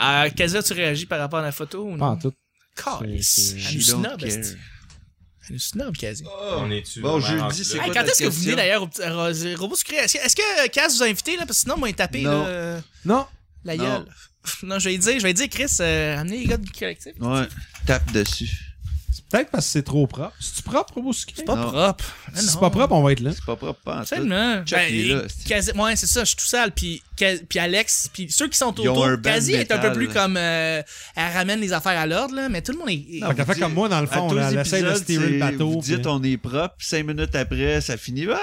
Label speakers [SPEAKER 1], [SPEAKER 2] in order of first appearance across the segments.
[SPEAKER 1] Euh, Kaza, tu réagis par rapport à la photo ou
[SPEAKER 2] Pas en
[SPEAKER 1] non?
[SPEAKER 2] tout.
[SPEAKER 1] Calice.
[SPEAKER 2] Ah, C'est- c'est-
[SPEAKER 1] Elle nous
[SPEAKER 2] Je
[SPEAKER 1] snob, esti. Elle nous snob, Kaza.
[SPEAKER 3] On est-tu
[SPEAKER 4] Bon,
[SPEAKER 3] vraiment
[SPEAKER 4] jeudi,
[SPEAKER 3] rendu
[SPEAKER 4] c'est
[SPEAKER 3] là?
[SPEAKER 1] Hey,
[SPEAKER 4] quoi
[SPEAKER 1] quand
[SPEAKER 4] ta
[SPEAKER 1] est-ce que vous venez
[SPEAKER 4] Ah, question?
[SPEAKER 1] d'ailleurs au petit- euh, robot sucré? Est-ce que- est-ce que euh, Cass vous a invité là? Parce que sinon, moi, il tapé
[SPEAKER 4] Non.
[SPEAKER 1] là, euh,
[SPEAKER 2] Non.
[SPEAKER 1] la
[SPEAKER 4] Non.
[SPEAKER 1] gueule. Non, je vais lui dire, je vais lui dire, Chris, euh, amenez les gars du collectif.
[SPEAKER 4] Ouais, tape dessus.
[SPEAKER 2] C'est peut-être parce que c'est trop propre. C'est-tu propre, Robo Sucré?
[SPEAKER 1] C'est pas
[SPEAKER 4] Non.
[SPEAKER 1] propre. Ah
[SPEAKER 2] Si c'est
[SPEAKER 1] non.
[SPEAKER 2] pas propre, on va être là.
[SPEAKER 4] C'est pas propre, pas en tout.
[SPEAKER 1] Tellement.
[SPEAKER 4] Chuck, il est là, c'est-
[SPEAKER 1] quasi- ouais, c'est ça, je suis tout seul. Puis, Ca- puis Alex, puis ceux qui sont
[SPEAKER 4] Ils ont
[SPEAKER 1] autour,
[SPEAKER 4] un band
[SPEAKER 1] Kazi est un peu
[SPEAKER 4] métal.
[SPEAKER 1] plus comme. euh, elle ramène les affaires à l'ordre, là, mais tout le monde est.
[SPEAKER 2] Fait qu'elle
[SPEAKER 4] vous
[SPEAKER 2] fait comme
[SPEAKER 4] dites-
[SPEAKER 2] moi, dans le
[SPEAKER 4] À
[SPEAKER 2] fond,
[SPEAKER 4] tous
[SPEAKER 2] là,
[SPEAKER 4] les
[SPEAKER 2] elle essaie de
[SPEAKER 4] épisodes,
[SPEAKER 2] steerer
[SPEAKER 4] c'est-
[SPEAKER 2] le bateau.
[SPEAKER 4] Vous dites
[SPEAKER 2] puis-
[SPEAKER 4] on est propre, cinq minutes après, ça finit. Ah,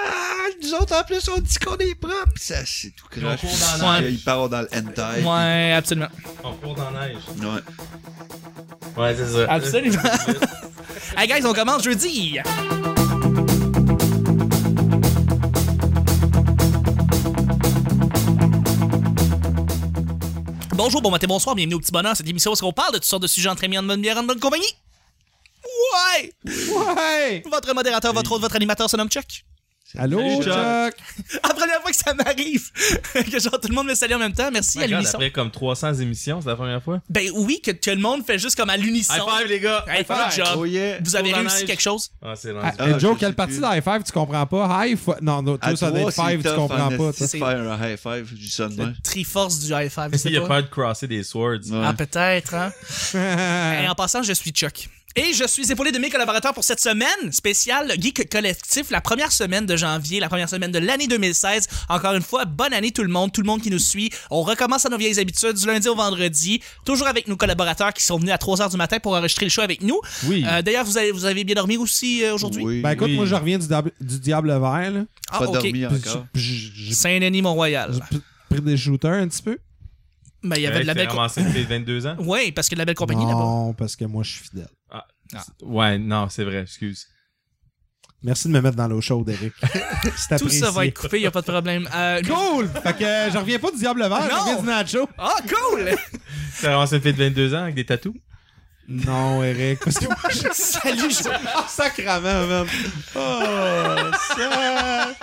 [SPEAKER 4] nous autres en plus, on dit qu'on est propre. Puis Ça, c'est tout croche.
[SPEAKER 1] On court dans la-
[SPEAKER 4] Puis Il part dans le hentai.
[SPEAKER 1] Ouais, absolument.
[SPEAKER 3] On court dans la neige.
[SPEAKER 4] Ouais.
[SPEAKER 3] Ouais, c'est ça.
[SPEAKER 1] Absolument. hey guys, on commence jeudi. Bonjour, bon matin, bonsoir, bienvenue au petit bonheur. Cette émission où on parle de toutes sortes de sujets entre amis, en bonne bière, en bonne compagnie. Ouais!
[SPEAKER 2] Ouais!
[SPEAKER 1] Votre modérateur, votre hôte, votre animateur se nomme Chuck.
[SPEAKER 2] Allô,
[SPEAKER 3] Salut,
[SPEAKER 2] Chuck?
[SPEAKER 3] Chuck.
[SPEAKER 1] La première fois que ça m'arrive, que genre tout le monde me salue en même temps, merci à
[SPEAKER 3] Regarde,
[SPEAKER 1] l'unisson.
[SPEAKER 3] Après comme 300 émissions, c'est la première fois.
[SPEAKER 1] Ben oui, que tout le monde fait juste comme à
[SPEAKER 3] High
[SPEAKER 1] l'unisson.
[SPEAKER 3] five, les gars!
[SPEAKER 1] Hey,
[SPEAKER 3] High
[SPEAKER 1] good
[SPEAKER 3] five.
[SPEAKER 1] job.
[SPEAKER 4] Oh yeah.
[SPEAKER 1] Vous avez
[SPEAKER 3] Tour de
[SPEAKER 1] réussi
[SPEAKER 3] neige.
[SPEAKER 1] quelque chose?
[SPEAKER 3] Ah, c'est
[SPEAKER 2] Ah,
[SPEAKER 3] lancé.
[SPEAKER 4] Ah,
[SPEAKER 2] hey,
[SPEAKER 4] je
[SPEAKER 2] Joe,
[SPEAKER 4] sais
[SPEAKER 2] quelle partie
[SPEAKER 4] plus.
[SPEAKER 2] de high five tu comprends pas? High five? Non, non,
[SPEAKER 4] À
[SPEAKER 2] toi, ça doit être
[SPEAKER 4] trois,
[SPEAKER 2] five, tu
[SPEAKER 4] c'est tough,
[SPEAKER 2] comprends
[SPEAKER 4] en
[SPEAKER 2] pas.
[SPEAKER 4] esti,
[SPEAKER 2] toi.
[SPEAKER 1] toi.
[SPEAKER 4] faire un high five, je dis ça de
[SPEAKER 1] Le
[SPEAKER 4] même.
[SPEAKER 1] Triforce du high five, je sais
[SPEAKER 3] Il a
[SPEAKER 1] pas.
[SPEAKER 3] peur de crosser des swords.
[SPEAKER 4] Ouais.
[SPEAKER 1] Ah, peut-être, hein? Et en passant, je suis Chuck. Et je suis épaulé de mes collaborateurs pour cette semaine spéciale Geek Collectif, la première semaine de janvier, la première semaine de l'année 2016. Encore une fois, bonne année tout le monde, tout le monde qui nous suit. On recommence à nos vieilles habitudes du lundi au vendredi, toujours avec nos collaborateurs qui sont venus à 3h du matin pour enregistrer le show avec nous.
[SPEAKER 2] Oui.
[SPEAKER 1] Euh, D'ailleurs, vous avez, vous avez bien dormi aussi euh, aujourd'hui?
[SPEAKER 4] Oui,
[SPEAKER 2] Ben écoute,
[SPEAKER 3] Oui.
[SPEAKER 2] moi, je reviens du, diable- du Diable Vert, là.
[SPEAKER 1] Ah,
[SPEAKER 4] pas
[SPEAKER 1] ok.
[SPEAKER 4] dormi
[SPEAKER 2] Puis
[SPEAKER 4] encore.
[SPEAKER 2] j'ai- J'ai j'ai-
[SPEAKER 1] Saint-Denis, Mont-Royal.
[SPEAKER 2] j'ai p- pris des shooters un petit peu.
[SPEAKER 1] Mais Ben, il y avait de la belle... co-
[SPEAKER 3] ramassé depuis 22 ans?
[SPEAKER 1] Oui, parce que de la belle compagnie là-bas.
[SPEAKER 2] Non, parce que moi, je suis fidèle.
[SPEAKER 3] Ouais, non, c'est vrai, excuse.
[SPEAKER 2] Merci de me mettre dans l'eau chaude, Eric. C'est
[SPEAKER 1] Tout
[SPEAKER 2] apprécié.
[SPEAKER 1] ça va être coupé, il a pas de problème. Euh,
[SPEAKER 2] Cool! Fait que euh, je reviens pas du Diable Vert,
[SPEAKER 1] Non!
[SPEAKER 2] je reviens du Nacho.
[SPEAKER 1] Ah, cool!
[SPEAKER 3] T'as ramassé depuis 22 ans avec des tatous?
[SPEAKER 2] Non, Eric, parce que moi, je...
[SPEAKER 1] Salut, je...
[SPEAKER 2] Ah, sacrament, même. Oh, ça...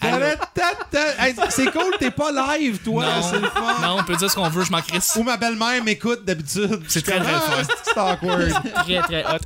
[SPEAKER 2] Ta- ta- ta- Hey, c'est cool, t'es pas live, toi,
[SPEAKER 1] Non.
[SPEAKER 2] c'est le fun.
[SPEAKER 1] Non, on peut dire ce qu'on veut, je m'en crisse.
[SPEAKER 2] Ou ma belle-mère m'écoute d'habitude.
[SPEAKER 1] C'est très, très
[SPEAKER 2] Ah, C'est awkward.
[SPEAKER 1] Très, très hot.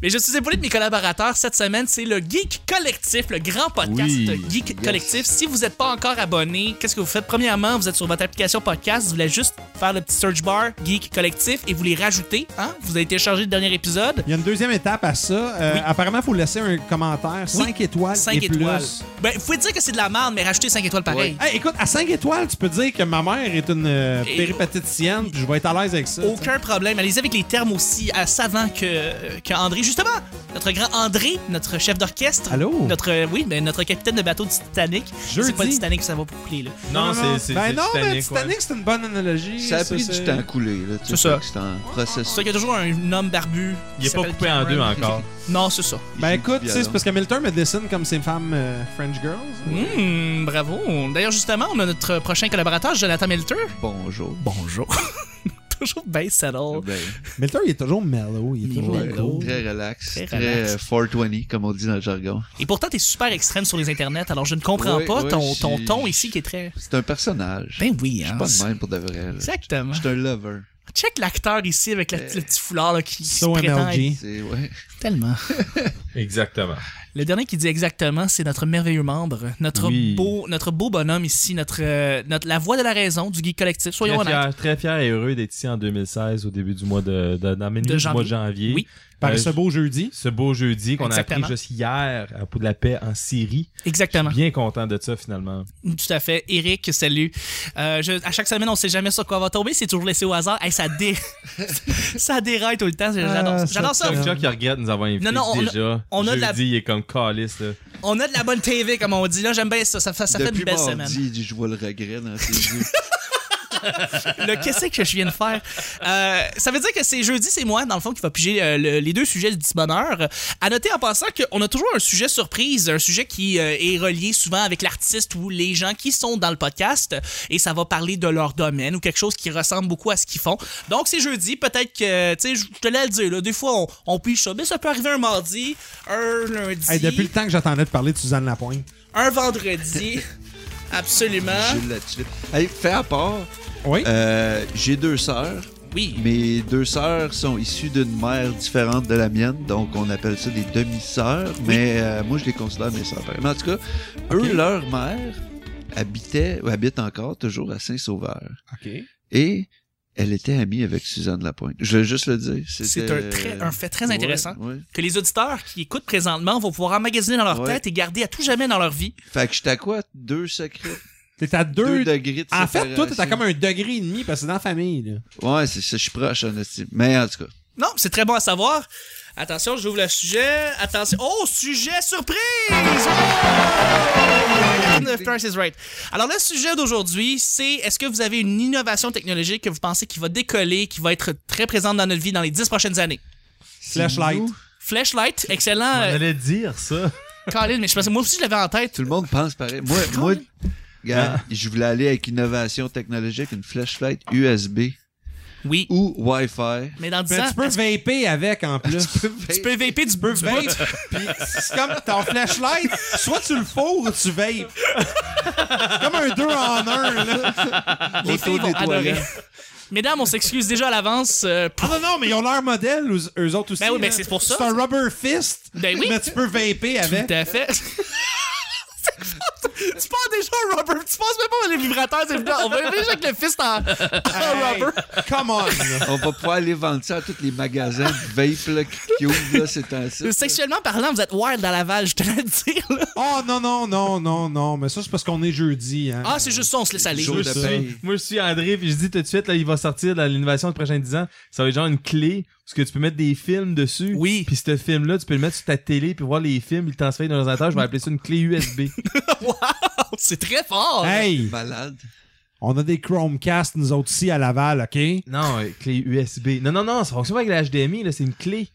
[SPEAKER 1] Mais je suis épaulé de mes collaborateurs cette semaine. C'est le Geek Collectif, le grand podcast
[SPEAKER 4] Oui,
[SPEAKER 1] Geek Collectif. Si vous n'êtes pas encore abonné, qu'est-ce que vous faites? Premièrement, vous êtes sur votre application podcast. Vous voulez juste faire le petit search bar Geek Collectif et vous les rajoutez. Hein? Vous avez téléchargé le dernier épisode.
[SPEAKER 2] Il y a une deuxième étape à ça. Euh, Apparemment, il faut laisser un commentaire. 5 étoiles
[SPEAKER 1] 5
[SPEAKER 2] et
[SPEAKER 1] étoiles.
[SPEAKER 2] plus.
[SPEAKER 1] Ben, vous pouvez dire que c'est de la merde, mais rajoutez 5 étoiles pareil.
[SPEAKER 2] Hey, écoute, à 5 étoiles, tu peux dire que ma mère est une euh,
[SPEAKER 1] Et-
[SPEAKER 2] péripatéticienne, puis je vais être à l'aise avec ça.
[SPEAKER 1] Aucun problème. Allez-y avec les termes aussi euh, savants que, euh, que André. Justement, notre grand André, notre chef d'orchestre.
[SPEAKER 2] Allô?
[SPEAKER 1] Notre, euh, oui, mais notre capitaine de bateau du Titanic.
[SPEAKER 2] Jeudi.
[SPEAKER 1] C'est pas le Titanic, ça va pour couler, là.
[SPEAKER 3] Non, c'est c'est
[SPEAKER 2] Ben
[SPEAKER 3] c'est
[SPEAKER 2] non, mais
[SPEAKER 3] Titanic,
[SPEAKER 2] Titanic, c'est une bonne analogie.
[SPEAKER 4] Ça a pris du
[SPEAKER 2] c'est-
[SPEAKER 4] temps à couler. là,
[SPEAKER 1] C'est
[SPEAKER 4] tu sais,
[SPEAKER 1] ça.
[SPEAKER 4] C'est un
[SPEAKER 1] C'est
[SPEAKER 4] processus.
[SPEAKER 1] ça qu'il y a toujours un homme barbu.
[SPEAKER 3] Il
[SPEAKER 1] qui
[SPEAKER 3] est pas
[SPEAKER 1] s'appelle
[SPEAKER 3] coupé en deux
[SPEAKER 1] Cameron.
[SPEAKER 3] encore.
[SPEAKER 1] Non, c'est ça.
[SPEAKER 2] Ben écoute, tu sais, c'est
[SPEAKER 4] Violent.
[SPEAKER 2] parce que Milton me dessine comme ces femmes euh, French girls.
[SPEAKER 1] Hum, bravo. D'ailleurs, justement, on a notre prochain collaborateur, Jonathan Melter.
[SPEAKER 4] Bonjour.
[SPEAKER 1] Bonjour. toujours bien settle.
[SPEAKER 4] Ben,
[SPEAKER 2] Milton, il est toujours mellow, il est
[SPEAKER 1] Il est
[SPEAKER 2] toujours
[SPEAKER 4] ouais,
[SPEAKER 1] Hello.
[SPEAKER 2] cool.
[SPEAKER 4] Très relax.
[SPEAKER 1] Très
[SPEAKER 4] Très,
[SPEAKER 1] relax.
[SPEAKER 4] euh, 420, comme on dit dans le jargon.
[SPEAKER 1] Et pourtant, t'es super extrême sur les internets, alors je ne comprends
[SPEAKER 4] Oui,
[SPEAKER 1] pas
[SPEAKER 4] oui,
[SPEAKER 1] ton, ton
[SPEAKER 4] j'ai-
[SPEAKER 1] ton ici qui est très.
[SPEAKER 4] C'est un personnage.
[SPEAKER 1] Ben oui,
[SPEAKER 4] Je
[SPEAKER 1] hein.
[SPEAKER 4] suis pas de même pour de vrai. là.
[SPEAKER 1] Exactement.
[SPEAKER 4] Je suis un lover.
[SPEAKER 1] Check l'acteur ici avec la-
[SPEAKER 4] Euh,
[SPEAKER 1] le petit foulard là, qui, qui se
[SPEAKER 2] So
[SPEAKER 1] prétend
[SPEAKER 2] MLG.
[SPEAKER 1] être-
[SPEAKER 4] C'est ouais.
[SPEAKER 1] Tellement.
[SPEAKER 3] Exactement.
[SPEAKER 1] Le dernier qui dit exactement, c'est notre merveilleux membre, notre
[SPEAKER 3] Oui.
[SPEAKER 1] beau, notre beau bonhomme ici, notre, euh, notre la voix de la raison du geek collectif. Soyons
[SPEAKER 3] Très
[SPEAKER 1] honnêtes.
[SPEAKER 3] fier, très fier et heureux d'être ici en 2016, au début du mois de, de, dans le milieu
[SPEAKER 1] De
[SPEAKER 3] du mois de janvier.
[SPEAKER 1] Oui.
[SPEAKER 2] Par
[SPEAKER 3] Euh,
[SPEAKER 2] ce beau jeudi.
[SPEAKER 3] Ce beau jeudi qu'on a appris
[SPEAKER 1] Exactement.
[SPEAKER 3] juste hier à Pou de la Paix en Syrie.
[SPEAKER 1] Exactement.
[SPEAKER 3] Bien content de ça finalement.
[SPEAKER 1] Tout à fait. Eric, salut. Euh, je- à chaque semaine, on sait jamais sur quoi on va tomber. C'est toujours laissé au hasard. Hey, ça dé, ça déraille tout le temps. J'adore,
[SPEAKER 2] Ah,
[SPEAKER 1] j'adore ça.
[SPEAKER 2] ça
[SPEAKER 3] Chuck, Chuck, il regrette de nous avoir invités
[SPEAKER 1] Non, non, on a-
[SPEAKER 3] déjà.
[SPEAKER 1] on a de
[SPEAKER 3] Jeudi,
[SPEAKER 1] la-
[SPEAKER 3] il est comme calice. Là.
[SPEAKER 1] On a de la bonne TV, comme on dit. Là, j'aime bien ça. Ça, fait- ça fait
[SPEAKER 4] Depuis
[SPEAKER 1] une belle
[SPEAKER 4] mardi,
[SPEAKER 1] semaine.
[SPEAKER 4] il dit, je vois le regret dans ses yeux.
[SPEAKER 1] le qu'est-ce que je viens de faire. Euh, ça veut dire que c'est jeudi, c'est moi, dans le fond, qui va piger euh, le- les deux sujets du petit bonheur. À noter en passant qu'on a toujours un sujet surprise, un sujet qui euh, est relié souvent avec l'artiste ou les gens qui sont dans le podcast et ça va parler de leur domaine ou quelque chose qui ressemble beaucoup à ce qu'ils font. Donc c'est jeudi, peut-être que, tu sais, je je te l'ai à le dire, là, des fois on, on pige ça, mais ça peut arriver un mardi, un lundi,
[SPEAKER 2] Hey, depuis le temps que j'attendais de parler de Suzanne Lapointe.
[SPEAKER 1] un vendredi. Absolument.
[SPEAKER 4] J'ai la tuile. Hey, fait à part,
[SPEAKER 2] Oui.
[SPEAKER 4] euh, j'ai deux sœurs.
[SPEAKER 1] Oui.
[SPEAKER 4] Mes deux sœurs sont issues d'une mère différente de la mienne, donc on appelle ça des demi-sœurs, mais euh, moi je les considère mes sœurs. Mais en tout cas, eux, leur mère habitait, ou habite encore toujours à Saint-Sauveur.
[SPEAKER 2] OK.
[SPEAKER 4] Et elle était amie avec Suzanne Lapointe. Je veux juste le dire.
[SPEAKER 1] C'est
[SPEAKER 4] c'était-
[SPEAKER 1] un, très- un fait très
[SPEAKER 4] Ouais,
[SPEAKER 1] intéressant
[SPEAKER 4] ouais.
[SPEAKER 1] que les auditeurs qui écoutent présentement vont pouvoir emmagasiner dans leur
[SPEAKER 4] Ouais.
[SPEAKER 1] tête et garder à tout jamais dans leur vie.
[SPEAKER 4] Fait que j'étais à quoi? Deux secrets,
[SPEAKER 2] T'es à
[SPEAKER 4] deux
[SPEAKER 2] deux.
[SPEAKER 4] degrés de
[SPEAKER 2] En fait, toi, t'es à
[SPEAKER 4] séparation.
[SPEAKER 2] comme un degré et demi parce que c'est dans la famille. Là.
[SPEAKER 4] Ouais, c'est ça, je suis proche, en estime. Mais en tout cas,
[SPEAKER 1] Non, c'est très bon à savoir. Attention, j'ouvre le sujet. Attention. Oh, sujet surprise! The price is right. Alors, le sujet d'aujourd'hui, c'est est-ce que vous avez une innovation technologique que vous pensez qui va décoller, qui va être très présente dans notre vie dans les 10 prochaines années?
[SPEAKER 2] Flashlight.
[SPEAKER 4] nous.
[SPEAKER 1] Flashlight, excellent.
[SPEAKER 3] On
[SPEAKER 1] euh,
[SPEAKER 3] allait dire ça.
[SPEAKER 1] Colin, mais je pensais, moi aussi, je l'avais en tête.
[SPEAKER 4] tout le monde pense pareil. Moi, moi gars, je voulais aller avec innovation technologique, une flashlight USB
[SPEAKER 1] Oui.
[SPEAKER 4] ou Wi-Fi.
[SPEAKER 1] Mais dans 10
[SPEAKER 2] Ben,
[SPEAKER 1] ans,
[SPEAKER 2] tu peux vaper avec en plus.
[SPEAKER 1] tu peux vaper du
[SPEAKER 2] Tu vapes, pis c'est comme ton flashlight, soit tu le fourres ou tu vapes. C'est comme un deux en un, là.
[SPEAKER 1] Les filles vont adorer. Mesdames, on s'excuse déjà à l'avance. euh,
[SPEAKER 2] Ah
[SPEAKER 1] pour-
[SPEAKER 2] non, non, mais ils ont leur modèle, eux, eux autres aussi.
[SPEAKER 1] Ben oui, mais
[SPEAKER 2] là.
[SPEAKER 1] c'est pour ça.
[SPEAKER 2] C'est un rubber fist,
[SPEAKER 1] Ben oui.
[SPEAKER 2] mais tu peux vaper
[SPEAKER 1] Tout
[SPEAKER 2] avec.
[SPEAKER 1] à fait. tu penses déjà au rubber. Tu penses même pas à les vibrateurs. C'est évident. On va déjà avec le fist en, en
[SPEAKER 2] Hey,
[SPEAKER 1] rubber.
[SPEAKER 2] come on. là.
[SPEAKER 4] On va pouvoir aller vendre ça à tous les magasins de vape là, qui, qui ouvrent là, ces temps-ci.
[SPEAKER 1] euh, Sexuellement parlant, vous êtes wild à Laval, je te le dire. là.
[SPEAKER 2] Oh non, non, non, non, non, mais ça, c'est parce qu'on est jeudi. Hein.
[SPEAKER 1] Ah, c'est juste ça, on se laisse aller.
[SPEAKER 4] Jour
[SPEAKER 3] Moi,
[SPEAKER 4] de
[SPEAKER 3] je
[SPEAKER 4] paye.
[SPEAKER 3] suis- Moi, je suis André, puis je dis tout de suite, là, il va sortir dans l'innovation des prochains 10 ans. Ça va être genre une clé, parce que tu peux mettre des films dessus.
[SPEAKER 1] Oui.
[SPEAKER 3] Puis ce film-là, tu peux le mettre sur ta télé, puis voir les films, il transfère dans l'ordinateur. Je vais appeler ça une clé USB.
[SPEAKER 1] C'est très fort.
[SPEAKER 2] Hey,
[SPEAKER 4] Malade.
[SPEAKER 2] on a des Chromecast, nous autres, ici, à Laval, OK?
[SPEAKER 3] non, euh, clé USB. Non, non, non, ça fonctionne pas avec la HDMI, là, c'est une clé.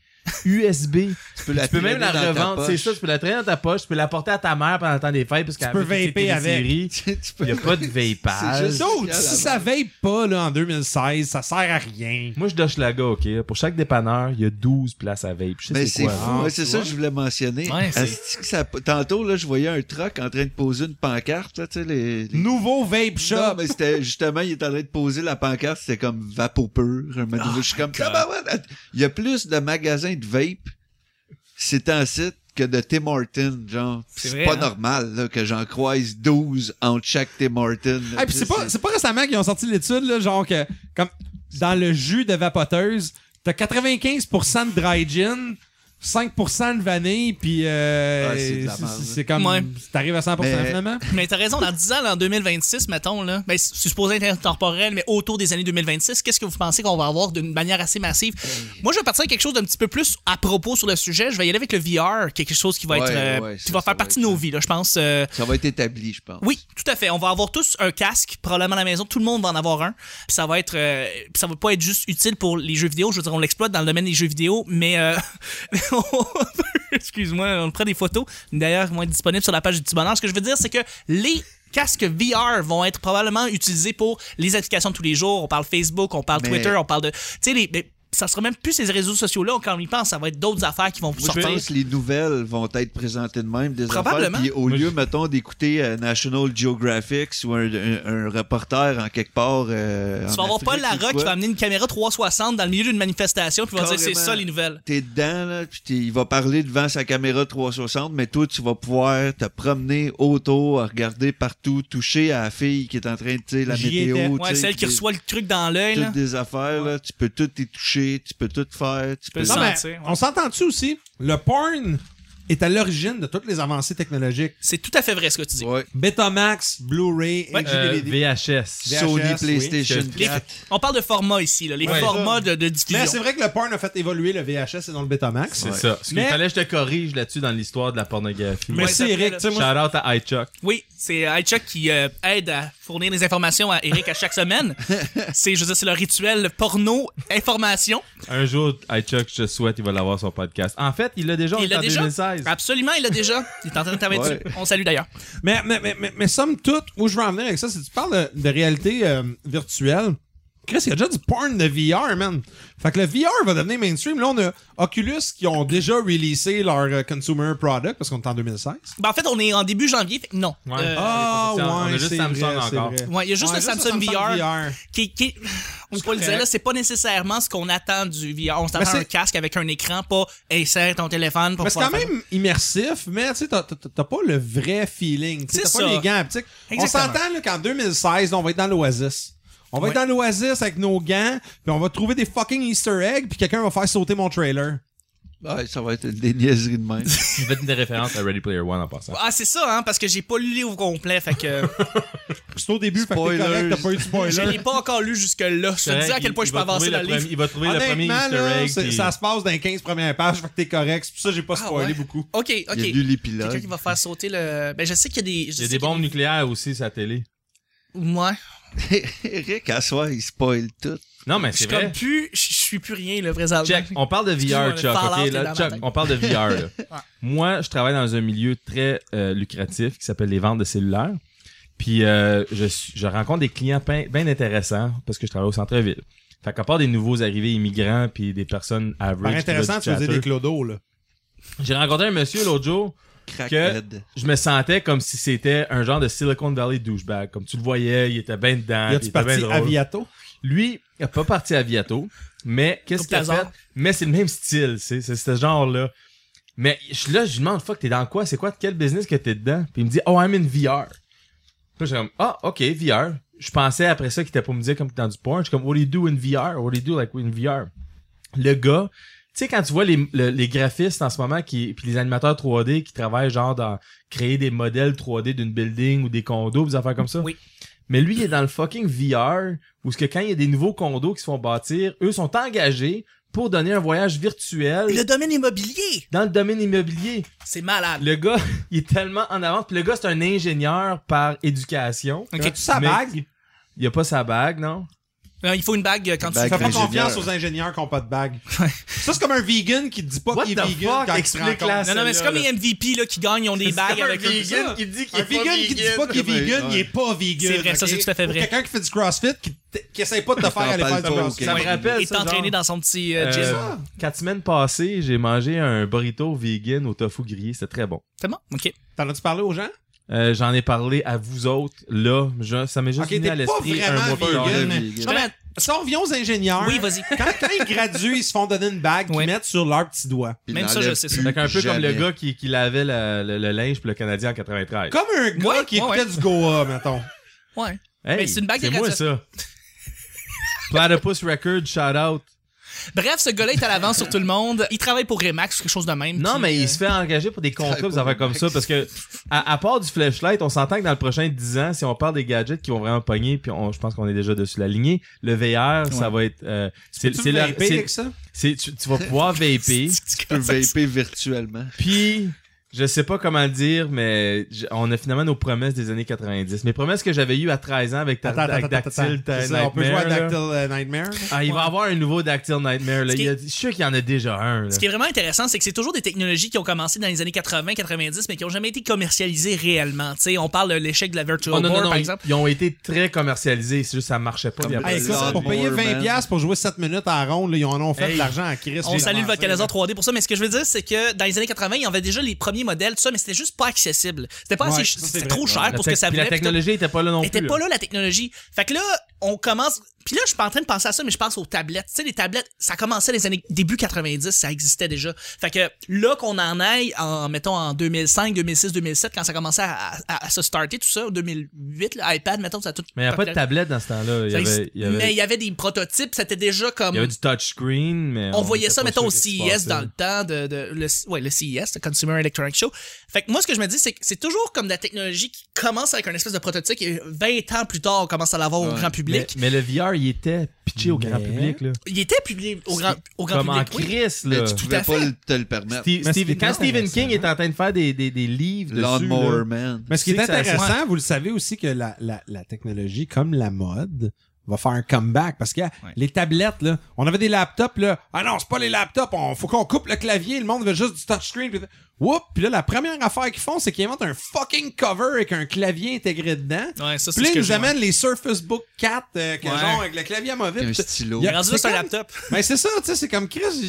[SPEAKER 3] USB.
[SPEAKER 4] Tu peux,
[SPEAKER 3] Tu peux même la
[SPEAKER 4] traîner dans ta
[SPEAKER 3] revendre, c'est
[SPEAKER 4] poche.
[SPEAKER 3] ça, tu peux la traîner dans ta poche, tu peux la porter à ta mère pendant le temps des fêtes, parce qu'elle
[SPEAKER 2] peux
[SPEAKER 3] fait toutes ses
[SPEAKER 2] vaper avec.
[SPEAKER 3] téléséries.
[SPEAKER 4] tu peux...
[SPEAKER 3] Il n'y a pas de
[SPEAKER 4] C'est
[SPEAKER 3] vapage.
[SPEAKER 4] juste-
[SPEAKER 2] D'autres, si ça vape pas, là, en 2016, ça sert à rien.
[SPEAKER 3] Moi, je doche la gars, OK? Pour chaque dépanneur, il y a 12 places à vape. Je sais
[SPEAKER 4] Mais
[SPEAKER 3] c'est
[SPEAKER 4] Ben, c'est
[SPEAKER 3] quoi. hein?
[SPEAKER 4] fou.
[SPEAKER 2] Ah,
[SPEAKER 4] Ouais,
[SPEAKER 2] tu
[SPEAKER 4] c'est ça
[SPEAKER 2] vois.
[SPEAKER 4] que je voulais mentionner.
[SPEAKER 1] Ouais, c'est-
[SPEAKER 4] Asti que ça- Tantôt, là, je voyais un truck en train de poser une pancarte. Là, tu sais, les... les-
[SPEAKER 2] Nouveau vape shop.
[SPEAKER 4] Non, mais c'était justement, il était en train de poser la pancarte, c'était comme vapo pur. un moment donné. je suis
[SPEAKER 1] Ah,
[SPEAKER 4] comme, Tabarouette, il y a plus de magasins de vape, c'est un site que de Tim Hortons, genre.
[SPEAKER 1] C'est
[SPEAKER 4] C'est
[SPEAKER 1] vrai,
[SPEAKER 4] pas
[SPEAKER 1] hein?
[SPEAKER 4] normal, là, que j'en croise 12 entre chaque Tim Hortons. là.
[SPEAKER 2] Ah, puis c'est pas, c'est pas récemment qu'ils ont sorti l'étude, là, genre que, comme, dans le jus de vapoteuse, t'as 95% de dry gin, 5% de vanille, puis euh,
[SPEAKER 4] Ah, c'est de la
[SPEAKER 2] c'est-
[SPEAKER 4] merde.
[SPEAKER 2] c'est- c'est comme,
[SPEAKER 1] Ouais.
[SPEAKER 2] t'arrives à 100%
[SPEAKER 4] Mais-
[SPEAKER 2] finalement.
[SPEAKER 1] Mais t'as raison, dans 10 ans, en 2026, mettons, là, ben, c'est supposé être intemporel, mais autour des années 2026, qu'est-ce que vous pensez qu'on va avoir d'une manière assez massive? Moi, je vais partir à quelque chose d'un petit peu plus à propos sur le sujet. Je vais y aller avec le VR, qui est quelque chose qui va
[SPEAKER 4] Ouais,
[SPEAKER 1] être, euh,
[SPEAKER 4] ouais,
[SPEAKER 1] qui
[SPEAKER 4] ça,
[SPEAKER 1] va
[SPEAKER 4] ça
[SPEAKER 1] faire
[SPEAKER 4] va
[SPEAKER 1] partie
[SPEAKER 4] être
[SPEAKER 1] de nos
[SPEAKER 4] ça.
[SPEAKER 1] vies, là, je pense. euh,
[SPEAKER 4] Ça va être établi, je pense.
[SPEAKER 1] oui, tout à fait. On va avoir tous un casque, probablement à la maison. Tout le monde va en avoir un. Puis ça va être, euh, puis ça va pas être juste utile pour les jeux vidéo. Je veux dire, on l'exploite dans le domaine des jeux vidéo, mais euh, on peut- excuse-moi, on prend des photos. D'ailleurs, ils vont être disponibles sur la page du petit bonheur. Ce que je veux dire, c'est que les casques VR vont être probablement utilisés pour les applications de tous les jours. On parle Facebook, on parle
[SPEAKER 4] Mais-
[SPEAKER 1] Twitter, on parle de, tu sais, les, mais ça sera même plus ces réseaux sociaux-là. Quand on y pense, ça va être d'autres affaires qui vont
[SPEAKER 4] Moi, je
[SPEAKER 1] sortir.
[SPEAKER 4] pense que les nouvelles vont être présentées de même, des
[SPEAKER 1] Probablement.
[SPEAKER 4] affaires. Puis au
[SPEAKER 3] Moi,
[SPEAKER 4] lieu,
[SPEAKER 3] je-
[SPEAKER 4] mettons, d'écouter euh, National Geographic ou un, un- un reporter en quelque part.
[SPEAKER 1] Tu
[SPEAKER 4] euh, en
[SPEAKER 1] vas avoir Paul
[SPEAKER 4] Afrique ou
[SPEAKER 1] Larocque
[SPEAKER 4] quoi.
[SPEAKER 1] qui va amener une caméra 360 dans le milieu d'une manifestation puis va dire c'est
[SPEAKER 4] Carrément.
[SPEAKER 1] ça les nouvelles.
[SPEAKER 4] t'es dedans, là, puis t'es- il va parler devant sa caméra 360, mais toi, tu vas pouvoir te promener autour, à regarder partout, toucher à la fille qui est en train de, tu sais, la
[SPEAKER 2] J'y
[SPEAKER 4] météo.
[SPEAKER 2] étais.
[SPEAKER 4] tu
[SPEAKER 1] Ouais,
[SPEAKER 4] sais,
[SPEAKER 1] celle qui
[SPEAKER 4] des-
[SPEAKER 1] reçoit le truc dans l'œil là.
[SPEAKER 4] Toutes des affaires, là, tu peux tout y toucher, tu peux tout faire, tu
[SPEAKER 1] peux le
[SPEAKER 4] peux...
[SPEAKER 2] Non, mais
[SPEAKER 1] sentir, ouais.
[SPEAKER 2] on s'entend-tu aussi? Le porn est à l'origine de toutes les avancées technologiques.
[SPEAKER 1] C'est tout à fait vrai ce que tu dis.
[SPEAKER 4] Ouais.
[SPEAKER 2] Betamax, Blu-ray,
[SPEAKER 1] Ouais.
[SPEAKER 3] Euh,
[SPEAKER 2] HDVD.
[SPEAKER 3] VHS.
[SPEAKER 2] VHS,
[SPEAKER 4] Sony
[SPEAKER 2] oui.
[SPEAKER 4] PlayStation
[SPEAKER 3] Je-
[SPEAKER 1] Les-
[SPEAKER 4] 4.
[SPEAKER 1] on parle de format ici, là, les
[SPEAKER 2] Ouais.
[SPEAKER 1] formats de, de
[SPEAKER 2] Mais c'est
[SPEAKER 1] diffusion.
[SPEAKER 2] vrai que le porn a fait évoluer le VHS et non le Betamax.
[SPEAKER 3] C'est
[SPEAKER 4] Ouais.
[SPEAKER 3] ça. Il
[SPEAKER 2] Mais-
[SPEAKER 3] fallait que je te corrige là-dessus dans l'histoire de la pornographie.
[SPEAKER 1] Ouais,
[SPEAKER 2] Merci
[SPEAKER 1] ça fait,
[SPEAKER 2] Eric.
[SPEAKER 1] là.
[SPEAKER 2] Tu sais,
[SPEAKER 3] Shout
[SPEAKER 2] moi,
[SPEAKER 3] out à iChuck.
[SPEAKER 1] Oui, c'est euh, iChuck qui euh, aide à fournir des informations à Eric à chaque semaine. C'est, je veux dire, c'est le rituel porno information.
[SPEAKER 3] Un jour, iChuck, je te souhaite, il va l'avoir sur podcast. En fait, il l'a déjà, on
[SPEAKER 1] Il
[SPEAKER 3] est
[SPEAKER 1] l'a
[SPEAKER 3] en
[SPEAKER 1] déjà. Ah,
[SPEAKER 3] 2016.
[SPEAKER 1] Absolument, il l'a déjà. Il est en train de travailler
[SPEAKER 4] Ouais.
[SPEAKER 1] dessus. On salue d'ailleurs.
[SPEAKER 2] Mais, mais, mais, mais, mais somme toute, où je veux en venir avec ça, c'est que tu parles de, de réalité euh, virtuelle. Chris, il y a déjà du porn de VR, man. Fait que le VR va devenir mainstream. Là, on a Oculus qui ont déjà releasé leur euh, consumer product parce qu'on est en 2016.
[SPEAKER 1] Ben, en fait, on est en début janvier. fait que non.
[SPEAKER 3] Ouais.
[SPEAKER 1] Euh,
[SPEAKER 2] Ah,
[SPEAKER 3] on est pas
[SPEAKER 2] ouais,
[SPEAKER 3] sorti,
[SPEAKER 2] c'est
[SPEAKER 3] on a juste
[SPEAKER 2] vrai,
[SPEAKER 3] Samsung
[SPEAKER 2] c'est
[SPEAKER 3] encore.
[SPEAKER 2] vrai.
[SPEAKER 1] Ouais, il y a juste
[SPEAKER 2] Ouais,
[SPEAKER 1] le Samsung, VR, qui, qui- on peut le dire
[SPEAKER 2] correct.
[SPEAKER 1] là, c'est pas nécessairement ce qu'on attend du VR. On s'attend à
[SPEAKER 2] Mais
[SPEAKER 1] un
[SPEAKER 2] c'est-
[SPEAKER 1] casque avec un écran, pas insère ton téléphone pour
[SPEAKER 2] Mais c'est
[SPEAKER 1] pouvoir
[SPEAKER 2] quand même immersif, mais tu sais, t'as- t'as t'as pas le vrai feeling. tu sais,
[SPEAKER 1] C'est
[SPEAKER 2] T'as pas
[SPEAKER 1] ça.
[SPEAKER 2] les gants haptiques. On
[SPEAKER 1] Exactement.
[SPEAKER 2] s'entend là, qu'en 2016, là, on va être dans l'Oasis. On va
[SPEAKER 1] Ouais.
[SPEAKER 2] être dans l'Oasis avec nos gants, puis on va trouver des fucking Easter eggs, puis quelqu'un va faire sauter mon trailer.
[SPEAKER 4] Ouais, ça va être des niaiseries de même.
[SPEAKER 3] Vous faites des références à Ready Player One en passant.
[SPEAKER 1] faire- Ah, c'est ça, hein, parce que j'ai pas lu le livre au complet, fait que
[SPEAKER 2] C'est au début, fait que t'es
[SPEAKER 4] Spoilers.
[SPEAKER 2] correct, t'as pas eu de
[SPEAKER 1] je
[SPEAKER 2] spoiler.
[SPEAKER 1] l'ai pas encore lu jusque-là. Je te dis à quel point je peux avancer dans le livre.
[SPEAKER 3] Il va trouver le premier
[SPEAKER 2] Honnêtement, là,
[SPEAKER 3] Easter
[SPEAKER 2] c'est-
[SPEAKER 3] egg. puis-
[SPEAKER 2] ça se passe dans les 15 premières pages, fait que t'es correct. C'est pour ça que j'ai pas
[SPEAKER 1] Ah,
[SPEAKER 2] spoilé
[SPEAKER 1] ouais.
[SPEAKER 2] beaucoup.
[SPEAKER 1] Ok, ok.
[SPEAKER 4] Il y a lu
[SPEAKER 1] Quelqu'un qui
[SPEAKER 4] l'épilogue.
[SPEAKER 1] va faire sauter le. Ben, je sais qu'il y a des. je
[SPEAKER 3] Il y a
[SPEAKER 1] sais
[SPEAKER 3] des
[SPEAKER 1] qu'il
[SPEAKER 3] bombes nucléaires aussi, sa télé.
[SPEAKER 1] Ouais.
[SPEAKER 4] Eric, à soir, il spoil tout.
[SPEAKER 3] Non, mais
[SPEAKER 1] Je
[SPEAKER 3] c'est
[SPEAKER 1] suis
[SPEAKER 3] vrai.
[SPEAKER 1] comme plus. Je je suis plus rien, le vrai Zelda.
[SPEAKER 3] Check, on parle de
[SPEAKER 1] Excuse-moi,
[SPEAKER 3] VR,
[SPEAKER 1] le
[SPEAKER 3] Chuck.
[SPEAKER 1] Fallout
[SPEAKER 3] ok,
[SPEAKER 1] est
[SPEAKER 3] là,
[SPEAKER 1] dans ma
[SPEAKER 3] Chuck,
[SPEAKER 1] tête.
[SPEAKER 3] on parle de VR. là. Moi, je travaille dans un milieu très euh, lucratif qui s'appelle les ventes de cellulaires. Puis euh, je, suis- je rencontre des clients bien intéressants parce que je travaille au centre-ville. Fait qu'à part des nouveaux arrivés immigrants puis des personnes average...
[SPEAKER 2] Par
[SPEAKER 3] qui
[SPEAKER 2] intéressant,
[SPEAKER 3] veulent
[SPEAKER 2] tu
[SPEAKER 3] du
[SPEAKER 2] faisais
[SPEAKER 3] chatter,
[SPEAKER 2] des clodos, là.
[SPEAKER 3] J'ai rencontré un monsieur l'autre jour
[SPEAKER 4] Crackhead.
[SPEAKER 3] je me sentais comme si c'était un genre de Silicon Valley douchebag. Comme tu le voyais, il était bien dedans.
[SPEAKER 2] Y a-tu
[SPEAKER 3] puis il était bien
[SPEAKER 2] parti
[SPEAKER 3] drôle.
[SPEAKER 2] à Viato?
[SPEAKER 3] Lui, il n'est pas parti à Viato, mais qu'est-ce
[SPEAKER 1] Comme
[SPEAKER 3] qu'il a
[SPEAKER 1] Lazare.
[SPEAKER 3] fait? Mais c'est le même style, c'est c'est ce genre-là. Mais je, là, je lui demande, fuck, t'es dans quoi? C'est quoi? Quel business que t'es dedans? Puis il me dit, oh, I'm in VR. Puis j'ai comme, ah, ok, VR. Je pensais après ça qu'il était pour me dire comme dans du porn. Je suis comme, what do you do in VR? What do you do like in VR? Le gars, tu sais, quand tu vois les, le- les graphistes en ce moment qui, puis les animateurs 3D qui travaillent genre dans créer des modèles 3D d'une building ou des condos, des affaires comme ça.
[SPEAKER 1] Oui.
[SPEAKER 3] Mais lui, il est dans le fucking VR, où ce que quand il y a des nouveaux condos qui se font bâtir, eux sont engagés pour donner un voyage virtuel
[SPEAKER 1] Le domaine immobilier,
[SPEAKER 3] dans le domaine immobilier.
[SPEAKER 1] c'est malade.
[SPEAKER 3] Le gars, il est tellement en avance. Puis le gars, c'est un ingénieur par éducation.
[SPEAKER 1] Ok.
[SPEAKER 2] As-tu sa
[SPEAKER 3] Mais-
[SPEAKER 2] bague?
[SPEAKER 3] Il a pas sa bague, non?
[SPEAKER 1] Non, il faut une bague euh, quand
[SPEAKER 4] Une
[SPEAKER 1] tu
[SPEAKER 4] bague
[SPEAKER 2] Fais pas
[SPEAKER 4] Ingénieur.
[SPEAKER 2] confiance aux ingénieurs qui ont pas de bague.
[SPEAKER 1] Ouais.
[SPEAKER 2] Ça, c'est comme un vegan qui te dit pas
[SPEAKER 3] What
[SPEAKER 2] qu'il
[SPEAKER 3] the
[SPEAKER 2] est vegan
[SPEAKER 3] fuck?
[SPEAKER 2] quand il se rend
[SPEAKER 3] Explique-la,
[SPEAKER 2] compte.
[SPEAKER 1] Non, non, mais c'est
[SPEAKER 3] Celle-là,
[SPEAKER 1] comme les MVP là, qui gagnent, ils ont des bagues avec eux.
[SPEAKER 3] qui dit
[SPEAKER 2] Un vegan qui dit pas qu'il est vegan, il est pas vegan.
[SPEAKER 1] C'est vrai, ça,
[SPEAKER 2] ok?
[SPEAKER 1] c'est tout à fait
[SPEAKER 2] Ou
[SPEAKER 1] vrai.
[SPEAKER 2] Quelqu'un qui fait du CrossFit, qui, t- qui essaie pas de te faire aller
[SPEAKER 4] parle
[SPEAKER 2] faire du
[SPEAKER 4] pas,
[SPEAKER 2] CrossFit.
[SPEAKER 4] ok.
[SPEAKER 3] Ça me rappelle
[SPEAKER 1] Et
[SPEAKER 3] ça,
[SPEAKER 1] t'entraîner
[SPEAKER 3] genre,
[SPEAKER 1] dans son petit euh, gym.
[SPEAKER 3] euh, quatre semaines passées, j'ai mangé un burrito vegan au tofu grillé. C'était très bon.
[SPEAKER 1] C'est bon? Ok.
[SPEAKER 2] T'en as-tu parlé aux gens?
[SPEAKER 3] Euh, J'en ai parlé à vous autres, là. Je- ça m'est juste
[SPEAKER 2] Ok,
[SPEAKER 3] venu
[SPEAKER 2] t'es
[SPEAKER 3] à
[SPEAKER 2] pas
[SPEAKER 3] l'esprit un
[SPEAKER 2] vraiment
[SPEAKER 3] mois plus tard.
[SPEAKER 2] vegan.
[SPEAKER 4] Le
[SPEAKER 2] mais-
[SPEAKER 4] vegan.
[SPEAKER 1] Non, mais-
[SPEAKER 2] Si on revient aux ingénieurs,
[SPEAKER 1] Oui, vas-y.
[SPEAKER 2] quand, quand ils graduent, ils se font donner une bague qu'ils
[SPEAKER 1] Ouais.
[SPEAKER 2] mettent sur leur petit doigt.
[SPEAKER 4] Puis
[SPEAKER 1] Même
[SPEAKER 4] il
[SPEAKER 1] ça,
[SPEAKER 4] n'enlève
[SPEAKER 1] je sais ça.
[SPEAKER 4] plus
[SPEAKER 3] Fait qu'un peu comme le
[SPEAKER 4] jamais.
[SPEAKER 3] gars qui, qui lavait la- le, le linge pour le Canadien en 93.
[SPEAKER 2] Comme un gars
[SPEAKER 1] Ouais,
[SPEAKER 2] qui
[SPEAKER 1] ouais,
[SPEAKER 2] écoutait
[SPEAKER 1] ouais.
[SPEAKER 2] du Goa, mettons.
[SPEAKER 1] Ouais.
[SPEAKER 3] Hey,
[SPEAKER 1] Mais c'est une bague de
[SPEAKER 3] moi,
[SPEAKER 1] gratuite.
[SPEAKER 3] ça. Platypus Record, shout out.
[SPEAKER 1] Bref, ce gars-là est à l'avance sur tout le monde. Il travaille pour Remax ou quelque chose de même.
[SPEAKER 3] Non,
[SPEAKER 1] puis,
[SPEAKER 3] mais
[SPEAKER 1] euh,
[SPEAKER 3] il se fait engager pour des contrats,
[SPEAKER 4] travaille
[SPEAKER 3] des
[SPEAKER 4] pas
[SPEAKER 3] affaires
[SPEAKER 4] au
[SPEAKER 3] comme ça,
[SPEAKER 4] Max.
[SPEAKER 3] parce que, à, à part du flashlight, on s'entend que dans le prochain 10 ans, si on parle des gadgets qui vont vraiment pogner, puis on- je pense qu'on est déjà dessus la lignée, le VR, ça va être, euh, c'est,
[SPEAKER 2] Tu
[SPEAKER 3] c'est
[SPEAKER 2] veux
[SPEAKER 3] la-
[SPEAKER 2] vaper
[SPEAKER 3] c'est-
[SPEAKER 2] avec ça?
[SPEAKER 3] c'est- tu, tu vas pouvoir vaper,
[SPEAKER 4] Tu peux vaper virtuellement.
[SPEAKER 3] puis, je sais pas comment le dire, mais j- on a finalement nos promesses des années 90. Mes promesses que j'avais eues à 13 ans avec ta,
[SPEAKER 2] Attends,
[SPEAKER 3] ta-
[SPEAKER 2] attends, attends,
[SPEAKER 3] Dactyl,
[SPEAKER 2] attends.
[SPEAKER 3] ta
[SPEAKER 2] C'est ça, On peut jouer à
[SPEAKER 3] Nightmare, là.
[SPEAKER 2] Dactyl euh, Nightmare.
[SPEAKER 3] Ah, il va
[SPEAKER 1] Ouais.
[SPEAKER 3] avoir un nouveau Dactyl Nightmare. Là.
[SPEAKER 1] Ce
[SPEAKER 3] Il y a- Je suis sûr qu'il y en a déjà un. là.
[SPEAKER 1] Ce qui est vraiment intéressant, c'est que c'est toujours des technologies qui ont commencé dans les années 80-90, mais qui ont jamais été commercialisées réellement. Tu sais, on parle de l'échec de la Virtual
[SPEAKER 3] Oh, non,
[SPEAKER 1] Board,
[SPEAKER 3] non, non,
[SPEAKER 1] par
[SPEAKER 3] ils-
[SPEAKER 1] exemple.
[SPEAKER 3] Ils ont été très commercialisés. C'est juste que ça marchait pas.
[SPEAKER 4] Comme le-
[SPEAKER 3] puis après-
[SPEAKER 2] Hey, écoute,
[SPEAKER 4] Lord
[SPEAKER 2] pour payer
[SPEAKER 4] Moorman.
[SPEAKER 2] 20$ piastres pour jouer 7 minutes à la ronde, là, ils en ont fait
[SPEAKER 3] Hey.
[SPEAKER 2] de l'argent à Chris.
[SPEAKER 1] On salue le vocalisateur 3D pour ça, mais ce que je veux dire, c'est que dans les années 80, il y avait déjà les premiers modèles, tout ça, mais c'était juste pas accessible. C'était pas
[SPEAKER 2] Ouais,
[SPEAKER 1] assez,
[SPEAKER 2] ça, c'est
[SPEAKER 1] c'était
[SPEAKER 2] vrai.
[SPEAKER 1] trop cher
[SPEAKER 3] La
[SPEAKER 1] Ah, pour ce
[SPEAKER 3] tec-
[SPEAKER 1] que ça
[SPEAKER 3] puis
[SPEAKER 1] voulait.
[SPEAKER 3] La technologie était pas là non
[SPEAKER 1] Elle était
[SPEAKER 3] plus.
[SPEAKER 1] pas là la technologie. Fait que là, on commence. Puis là, je suis pas en train de penser à ça, mais je pense aux tablettes. Tu sais, les tablettes, ça commençait les années début 90, ça existait déjà. Fait que là qu'on en aille, en mettons en 2005, 2006, 2007, quand ça commençait à, à- à se starter tout ça, 2008, l'iPad, mettons, ça a tout.
[SPEAKER 3] Mais il n'y a pas de tablette dans ce temps-là. Il y
[SPEAKER 1] Ça
[SPEAKER 3] avait,
[SPEAKER 1] existe-
[SPEAKER 3] il y avait-
[SPEAKER 1] Mais il y avait des prototypes, c'était déjà comme.
[SPEAKER 3] il y avait du touchscreen. mais
[SPEAKER 1] on voyait
[SPEAKER 3] était
[SPEAKER 1] ça,
[SPEAKER 3] pas
[SPEAKER 1] mettons,
[SPEAKER 3] sûr
[SPEAKER 1] au
[SPEAKER 3] qu'est-ce qui
[SPEAKER 1] CES
[SPEAKER 3] passait.
[SPEAKER 1] dans le temps de, de- le, ouais, le CES, le Consumer Electronic Show. Fait que moi, ce que je me dis, c'est que c'est toujours comme de la technologie qui commence avec un espèce de prototype et 20 ans plus tard, on commence à l'avoir au
[SPEAKER 4] Ouais.
[SPEAKER 1] grand public.
[SPEAKER 3] Mais, mais le VR, il était pitché au grand
[SPEAKER 2] Mais-
[SPEAKER 3] public. Là.
[SPEAKER 1] Il était publié au grand, au grand
[SPEAKER 3] Comme en
[SPEAKER 1] public. oui.
[SPEAKER 3] Chris.
[SPEAKER 4] Mais
[SPEAKER 3] Là.
[SPEAKER 4] tu
[SPEAKER 1] à
[SPEAKER 4] pouvais
[SPEAKER 1] fait.
[SPEAKER 4] pas le- te le permettre.
[SPEAKER 3] Steve-
[SPEAKER 2] Mais
[SPEAKER 3] Steve-
[SPEAKER 2] c'est
[SPEAKER 3] quand Stephen
[SPEAKER 2] intéressant,
[SPEAKER 3] King est en train de faire des, des, des livres dessus, là,
[SPEAKER 4] Lawnmower Man.
[SPEAKER 2] Mais ce qui
[SPEAKER 3] Tu
[SPEAKER 2] est
[SPEAKER 3] sais que ça-
[SPEAKER 2] intéressant, vous le savez aussi que la, la, la technologie, comme la mode, va faire un comeback parce que les tablettes là, on avait des laptops là. Ah non, c'est pas les laptops, on faut qu'on coupe le clavier, le monde veut juste du touchscreen. Puis, whoop, puis là la première affaire qu'ils font, c'est qu'ils inventent un fucking cover avec un clavier intégré dedans.
[SPEAKER 1] Ouais, ça, c'est
[SPEAKER 2] puis là,
[SPEAKER 1] ce
[SPEAKER 2] ils
[SPEAKER 1] que
[SPEAKER 2] nous
[SPEAKER 1] je vois.
[SPEAKER 2] amènent les Surface Book 4 euh, que
[SPEAKER 1] Ouais.
[SPEAKER 2] genre avec le clavier amovible.
[SPEAKER 4] Un stylo.
[SPEAKER 2] Il y
[SPEAKER 1] Il est rendu là
[SPEAKER 2] c'est
[SPEAKER 1] sur un
[SPEAKER 2] comme-
[SPEAKER 1] laptop.
[SPEAKER 2] ben c'est ça, tu sais, c'est comme Chris. j-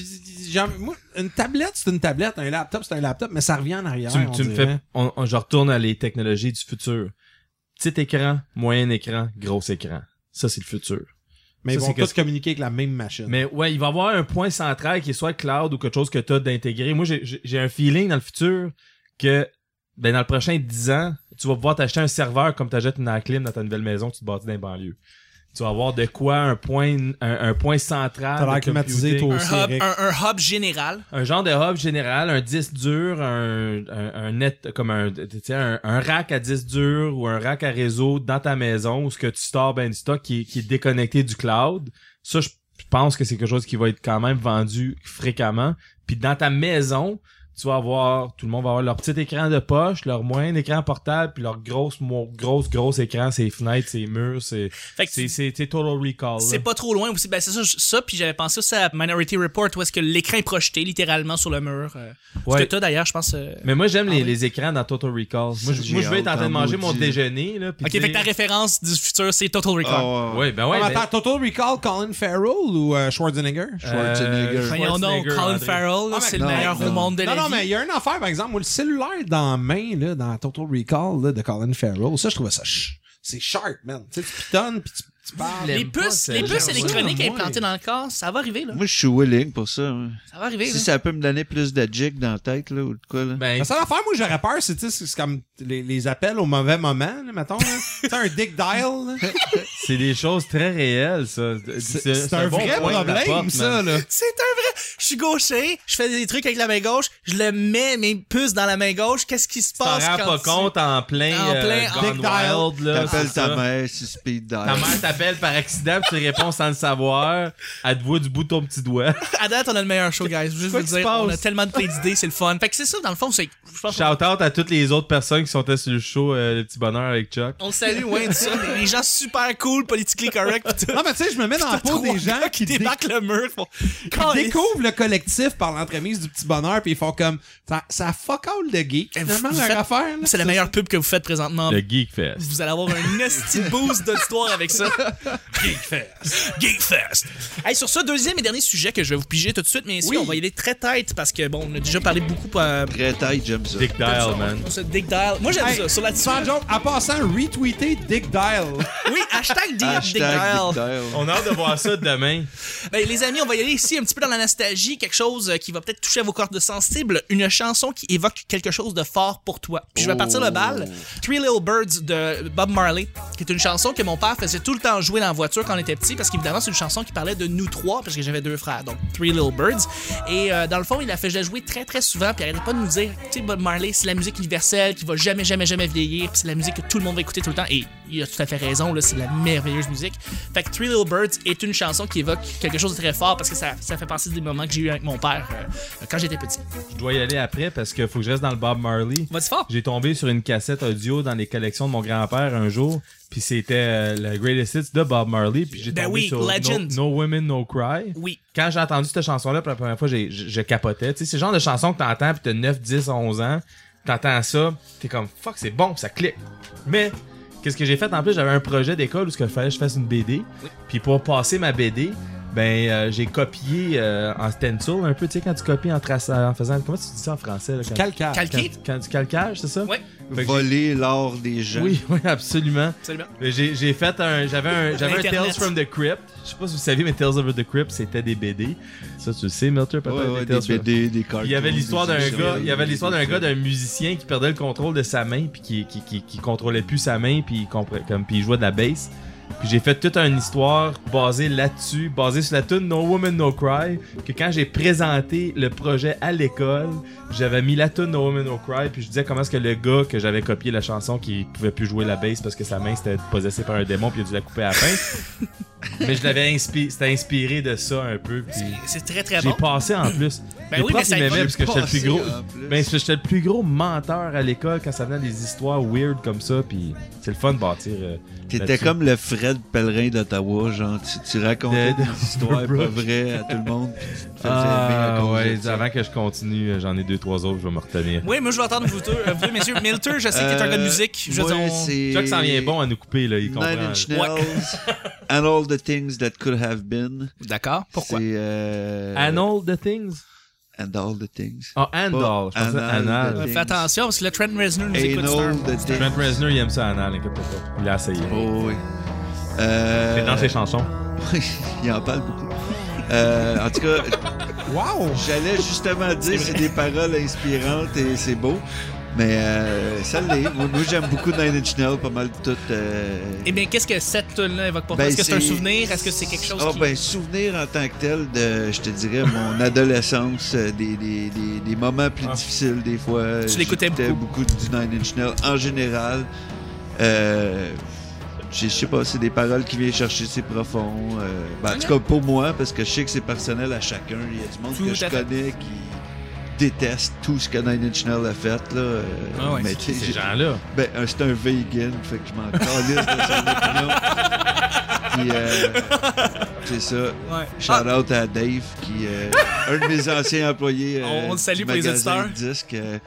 [SPEAKER 2] j- j'en- moi, une tablette, c'est une tablette, un laptop, c'est un laptop, mais ça revient en arrière.
[SPEAKER 3] Tu,
[SPEAKER 2] on
[SPEAKER 3] tu me
[SPEAKER 2] dirait.
[SPEAKER 3] fais. on- on- je retourne à les technologies du futur. Petit écran, moyen écran, gros écran. Ça, c'est le futur.
[SPEAKER 2] Mais
[SPEAKER 3] Ça,
[SPEAKER 2] ils vont
[SPEAKER 3] c'est que-
[SPEAKER 2] tous communiquer avec la même machine.
[SPEAKER 3] Mais ouais, il va y avoir un point central qui est soit le cloud ou quelque chose que t'as d'intégré. Moi, j'ai- j'ai j'ai un feeling dans le futur que ben, dans le prochain 10 ans, tu vas pouvoir t'acheter un serveur comme t'achètes une clim dans ta nouvelle maison que tu te bâtis dans les banlieues. Tu vas avoir de quoi un point, un, un point central.
[SPEAKER 2] T'as l'air
[SPEAKER 3] de
[SPEAKER 2] climatisé,
[SPEAKER 3] computing.
[SPEAKER 2] toi.
[SPEAKER 1] Un
[SPEAKER 2] aussi,
[SPEAKER 1] hub,
[SPEAKER 2] Eric.
[SPEAKER 1] un, un hub général.
[SPEAKER 3] Un genre de hub général, un disque dur, un, un, un net, comme un, tu sais, un, un rack à disque dur ou un rack à réseau dans ta maison où ce que tu stores ben du stock qui, est- qui est déconnecté du cloud. Ça, je pense que c'est quelque chose qui va être quand même vendu fréquemment. Puis dans ta maison, tu vas avoir, tout le monde va avoir leur petit écran de poche, leur moyen écran portable, puis leur grosse, mo- grosse, grosse écran, ses fenêtres, ses murs, c'est,
[SPEAKER 1] Fait que
[SPEAKER 3] c'est, c'est, c'est total recall. là.
[SPEAKER 1] C'est pas trop loin aussi. Ben, c'est ça, je- ça, puis j'avais pensé aussi à Minority Report, où est-ce que l'écran est projeté littéralement sur le mur. euh. Ce
[SPEAKER 3] Ouais.
[SPEAKER 1] que t'as d'ailleurs, je pense. euh.
[SPEAKER 3] Mais moi, j'aime
[SPEAKER 1] Ah
[SPEAKER 3] les,
[SPEAKER 1] oui.
[SPEAKER 3] les écrans dans Total Recall. Moi, je,
[SPEAKER 4] J'ai
[SPEAKER 3] moi, je vais être en
[SPEAKER 4] hâte
[SPEAKER 3] train de
[SPEAKER 4] en
[SPEAKER 3] manger mon
[SPEAKER 4] maudit.
[SPEAKER 3] déjeuner, là. puis
[SPEAKER 1] Ok,
[SPEAKER 3] tu
[SPEAKER 1] fait
[SPEAKER 3] sais-
[SPEAKER 1] que ta référence du futur, c'est Total Recall.
[SPEAKER 4] Ah, ouais, ouais.
[SPEAKER 3] Ouais, ben ouais.
[SPEAKER 2] Ah, mais
[SPEAKER 3] mais-
[SPEAKER 2] attends, Total Recall, Colin Farrell ou euh, Schwarzenegger?
[SPEAKER 4] Schwarzenegger.
[SPEAKER 3] Euh,
[SPEAKER 1] Voyons donc,
[SPEAKER 3] Schwarzenegger,
[SPEAKER 1] Colin
[SPEAKER 3] André.
[SPEAKER 1] Farrell, là,
[SPEAKER 2] Ah, mais
[SPEAKER 1] c'est le
[SPEAKER 4] non,
[SPEAKER 1] meilleur
[SPEAKER 4] non.
[SPEAKER 1] au monde de
[SPEAKER 2] Non,
[SPEAKER 1] la
[SPEAKER 2] non,
[SPEAKER 1] vie.
[SPEAKER 2] mais il y a une affaire, par exemple, moi, le cellulaire dans la main, là, dans Total Recall, là, de Colin Farrell, ça, je trouvais ça ch- C'est sharp, man. Tu sais, tu pitonnes, puis tu, tu parles.
[SPEAKER 1] Les
[SPEAKER 3] J'aime pas
[SPEAKER 1] puces,
[SPEAKER 3] ce
[SPEAKER 1] les puces
[SPEAKER 3] genre.
[SPEAKER 1] électroniques
[SPEAKER 2] Ouais.
[SPEAKER 1] implantées dans le corps, ça va arriver, là.
[SPEAKER 4] Moi, je suis willing pour ça. ouais.
[SPEAKER 1] Ça va arriver,
[SPEAKER 4] Si
[SPEAKER 1] là.
[SPEAKER 4] ça peut me donner plus de jig dans la tête, là, ou de quoi, là.
[SPEAKER 3] Ben,
[SPEAKER 2] La seule affaire, moi, que j'aurais peur, c'est, tu sais, c'est c'est comme les, les appels au mauvais moment, là, mettons. là. Tu sais, un dick dial. là.
[SPEAKER 3] c'est des choses très réelles, ça.
[SPEAKER 2] C'est c'est un
[SPEAKER 3] bon
[SPEAKER 2] vrai
[SPEAKER 3] point que
[SPEAKER 2] problème,
[SPEAKER 3] t'apportes,
[SPEAKER 2] ça,
[SPEAKER 3] man.
[SPEAKER 2] là.
[SPEAKER 1] C'est un vrai. Je suis gaucher, je fais des trucs avec la main gauche, je le mets mes puces dans la main gauche. Qu'est-ce qui se
[SPEAKER 3] Tu t'en
[SPEAKER 1] passe
[SPEAKER 3] rends
[SPEAKER 1] quand
[SPEAKER 3] pas
[SPEAKER 1] tu-
[SPEAKER 3] compte en plein,
[SPEAKER 1] En
[SPEAKER 3] euh,
[SPEAKER 1] plein, en-
[SPEAKER 3] Gone
[SPEAKER 2] Big dial.
[SPEAKER 3] Wild, là.
[SPEAKER 4] T'appelles
[SPEAKER 3] c'est
[SPEAKER 4] ta
[SPEAKER 3] ça.
[SPEAKER 4] mère si speed dial.
[SPEAKER 3] Ta mère t'appelle par accident, puis tu réponds sans le savoir. Elle te voit du bout de ton petit doigt.
[SPEAKER 1] À date, on a le meilleur show, guys. Je veux juste
[SPEAKER 3] Quoi
[SPEAKER 1] vous
[SPEAKER 3] qui se
[SPEAKER 1] dire, on a
[SPEAKER 3] passe?
[SPEAKER 1] tellement de plein d'idées, c'est le fun. Fait que c'est ça, dans le fond, c'est. je pense qu'on-
[SPEAKER 3] Shout out à toutes les autres personnes qui sont là sur le show, euh, le petit bonheur avec Chuck.
[SPEAKER 1] On le salue, ouais, tout ça. Des des gens super cool, politiquement correct, pis tout.
[SPEAKER 2] Non, mais tu sais, je me mets dans la peau
[SPEAKER 1] Trois
[SPEAKER 2] des gens
[SPEAKER 1] gars
[SPEAKER 2] qui débarquent
[SPEAKER 1] débarquent le mur. Font...
[SPEAKER 2] Ils
[SPEAKER 1] Caliste.
[SPEAKER 2] découvrent le collectif par l'entremise du petit bonheur, puis ils font comme ça, ça fuck all de geek. Finalement,
[SPEAKER 1] Vous
[SPEAKER 2] leur
[SPEAKER 1] faites-
[SPEAKER 2] affaire. là.
[SPEAKER 1] C'est la meilleure pub que vous faites présentement.
[SPEAKER 3] Le Geek Fest.
[SPEAKER 1] Vous allez avoir un esti de boost d'auditoire avec ça. Geekfest. Geekfest. Hey, sur ce, deuxième et dernier sujet que je vais vous piger tout de suite, mais
[SPEAKER 2] Oui.
[SPEAKER 1] on va y aller très tête parce que, bon, on a déjà parlé beaucoup. euh,
[SPEAKER 4] Très tight, j'aime ça.
[SPEAKER 3] Dick Dial, man.
[SPEAKER 1] on se dick dial. Moi, j'aime
[SPEAKER 2] Hey,
[SPEAKER 1] ça. Sur la
[SPEAKER 2] Sans joke, en passant, retweeter Dick Dial.
[SPEAKER 1] Oui, hashtag dear dick
[SPEAKER 4] Hashtag
[SPEAKER 1] dial.
[SPEAKER 4] dick dial.
[SPEAKER 3] On a hâte de voir ça demain.
[SPEAKER 1] Ben, les amis, on va y aller ici un petit peu dans la nostalgie, quelque chose euh, qui va peut-être toucher à vos cordes sensibles, une chanson qui évoque quelque chose de fort pour toi. Puis je vais partir le bal. Three Little Birds de Bob Marley, qui est une chanson que mon père faisait tout le temps jouer dans la voiture quand on était petit, parce qu'évidemment, c'est une chanson qui parlait de nous trois, parce que j'avais deux frères, donc Three Little Birds. Et euh, dans le fond, il la faisait jouer très très souvent, puis il arrêtait pas de nous dire, tu sais, Bob Marley, c'est la musique universelle qui va jamais jamais jamais vieillir, puis c'est la musique que tout le monde va écouter tout le temps. Et il a tout à fait raison, là, c'est de la merveilleuse musique. Fait que Three Little Birds est une chanson qui évoque quelque chose de très fort parce que ça, ça fait partie des moments que j'ai eu avec mon père euh, quand j'étais petit.
[SPEAKER 3] Je dois y aller après parce que faut que je reste dans le Bob Marley.
[SPEAKER 1] Vas-y fort!
[SPEAKER 3] J'ai tombé sur une cassette audio dans les collections de mon grand-père un jour, puis c'était euh, le Greatest Hits de Bob Marley, puis j'ai
[SPEAKER 1] Ben
[SPEAKER 3] tombé
[SPEAKER 1] oui,
[SPEAKER 3] sur
[SPEAKER 1] Legend.
[SPEAKER 3] no, No Women No Cry.
[SPEAKER 1] Oui.
[SPEAKER 3] Quand j'ai entendu cette chanson-là pour la première fois, j'ai- je je capotais. Tu sais, c'est le genre de chanson que t'entends, puis t'as 9, 10, 11 ans, t'entends ça, t'es comme « fuck, c'est bon, ça clique ». Mais... Qu'est-ce que j'ai fait en plus J'avais un projet d'école où ce que fallait que je fasse une BD. Puis pour passer ma BD, ben euh, j'ai copié euh, en stencil un peu, tu sais quand tu copies en traçant, en faisant comment tu dis ça en français là, quand-
[SPEAKER 2] Calcaire.
[SPEAKER 1] Cal-
[SPEAKER 4] Ah,
[SPEAKER 3] quand- quand du calcage, c'est ça
[SPEAKER 1] Ouais.
[SPEAKER 3] Fait que j'ai-
[SPEAKER 4] Voler l'or des gens.
[SPEAKER 3] oui, oui, absolument.
[SPEAKER 1] Absolument.
[SPEAKER 3] Mais J'ai j'ai fait un. J'avais un, j'avais un Tales
[SPEAKER 1] L'Internet.
[SPEAKER 3] from the Crypt. Je sais pas si vous savez, mais Tales of the Crypt, c'était des BD. Ça, tu le sais, Milter,
[SPEAKER 4] Ouais,
[SPEAKER 3] peut-être.
[SPEAKER 4] ouais,
[SPEAKER 3] des
[SPEAKER 4] des
[SPEAKER 3] Tales from-
[SPEAKER 4] BD, des cartons.
[SPEAKER 3] Puis Il y avait l'histoire d'un
[SPEAKER 4] des
[SPEAKER 3] gars, il y avait
[SPEAKER 4] des
[SPEAKER 3] l'histoire d'un
[SPEAKER 4] films.
[SPEAKER 3] gars, d'un musicien qui perdait le contrôle de sa main, puis qui, qui, qui, qui contrôlait plus sa main, puis il, compre- comme, puis il jouait de la bass. Puis j'ai fait toute une histoire basée là-dessus, basée sur la tune No Woman No Cry, que quand j'ai présenté le projet à l'école, j'avais mis la tune No Woman No Cry, puis je disais comment est-ce que le gars que j'avais copié la chanson, qui pouvait plus jouer la bass parce que sa main c'était possédée par un démon, puis il a dû la couper à la fin. Mais je l'avais inspiré, c'était inspiré de ça un peu. Puis...
[SPEAKER 1] C'est très très
[SPEAKER 3] J'ai
[SPEAKER 1] bon.
[SPEAKER 3] passé en plus.
[SPEAKER 1] Ben
[SPEAKER 3] les
[SPEAKER 1] oui, mais
[SPEAKER 3] profs,
[SPEAKER 1] ça
[SPEAKER 3] ils m'aimaient
[SPEAKER 1] a
[SPEAKER 3] parce que j'étais le plus
[SPEAKER 4] passé
[SPEAKER 3] gros.
[SPEAKER 4] en plus.
[SPEAKER 3] Ben, parce que j'étais le plus gros menteur à l'école quand ça venait à des histoires weird comme ça, puis C'est le fun de bâtir. euh,
[SPEAKER 4] T'étais
[SPEAKER 3] là-dessus.
[SPEAKER 4] comme le Fred Pellerin d'Ottawa, genre, tu, tu racontais
[SPEAKER 3] De- de-
[SPEAKER 4] des histoires pas
[SPEAKER 3] Brooke.
[SPEAKER 4] vraies à tout le monde, puis tu te faisais aimer à
[SPEAKER 3] Ah,
[SPEAKER 4] cause
[SPEAKER 3] ouais,
[SPEAKER 4] de ça.
[SPEAKER 3] avant que je continue, euh, j'en ai deux, trois autres, je vais me retenir.
[SPEAKER 1] Oui, moi, je vais attendre vous deux, euh, vous deux, messieurs. Milter, je sais qu'il est un gars de
[SPEAKER 4] Euh,
[SPEAKER 1] musique. Je veux
[SPEAKER 4] moi,
[SPEAKER 1] dire, on-
[SPEAKER 4] c'est-
[SPEAKER 3] Chuck s'en vient bon à nous couper, là, il comprend.
[SPEAKER 4] Nine Inch
[SPEAKER 1] Ouais.
[SPEAKER 4] Nails and all the things that could have been.
[SPEAKER 1] D'accord. Pourquoi?
[SPEAKER 4] C'est, euh,
[SPEAKER 3] And all the things?
[SPEAKER 4] and all the things.
[SPEAKER 3] Ah, and
[SPEAKER 4] Pas
[SPEAKER 3] all. Je pensais
[SPEAKER 4] anal,
[SPEAKER 3] anal.
[SPEAKER 4] the
[SPEAKER 1] Fais attention, parce que le Trent Reznor nous écoute,
[SPEAKER 4] And
[SPEAKER 1] Star.
[SPEAKER 4] all the things.
[SPEAKER 3] Trent Reznor, il aime ça anal, inquiète pas. Il a essayé.
[SPEAKER 4] Oh, oui.
[SPEAKER 3] C'est
[SPEAKER 4] Euh,
[SPEAKER 3] dans ses chansons.
[SPEAKER 4] il en parle beaucoup. Euh, en tout cas,
[SPEAKER 2] Wow!
[SPEAKER 4] j'allais justement dire c'est des paroles inspirantes et c'est beau. Mais euh, ça l'est. Moi, moi, j'aime beaucoup Nine Inch Nails, pas mal tout. euh,
[SPEAKER 1] Eh bien, qu'est-ce que cette tune-là évoque pour toi?
[SPEAKER 4] Ben,
[SPEAKER 1] Est-ce que c'est un souvenir? Est-ce que c'est quelque chose
[SPEAKER 4] Ah,
[SPEAKER 1] qui...
[SPEAKER 4] ben, souvenir en tant que tel de, je te dirais, mon adolescence, euh, des, des, des, des moments plus
[SPEAKER 3] Ah.
[SPEAKER 4] difficiles des fois.
[SPEAKER 1] Tu l'écoutais
[SPEAKER 4] J'écoutais beaucoup du Nine Inch Nails en général. Euh, je je sais pas, c'est des paroles qui viennent chercher, c'est profond. euh, ben, en tout cas, pour moi, parce que je sais que c'est personnel à chacun. Il y a du monde
[SPEAKER 1] Tout
[SPEAKER 4] que je
[SPEAKER 1] à fait.
[SPEAKER 4] connais qui déteste tout ce que Nine Inch Nails a fait. Là, euh,
[SPEAKER 1] Ah ouais, c'est
[SPEAKER 4] tu sais,
[SPEAKER 3] Ces
[SPEAKER 4] j'ai-
[SPEAKER 3] gens-là.
[SPEAKER 4] ben, un- c'est un vegan, fait que je m'en calisse de son opinion. Puis, euh, c'est ça.
[SPEAKER 1] Ouais. Ah.
[SPEAKER 4] Shout out à Dave, qui est un de mes anciens employés. euh,
[SPEAKER 1] On- on le salue
[SPEAKER 4] du
[SPEAKER 1] pour les
[SPEAKER 4] magasin
[SPEAKER 1] auditeurs.
[SPEAKER 4] de disques, euh,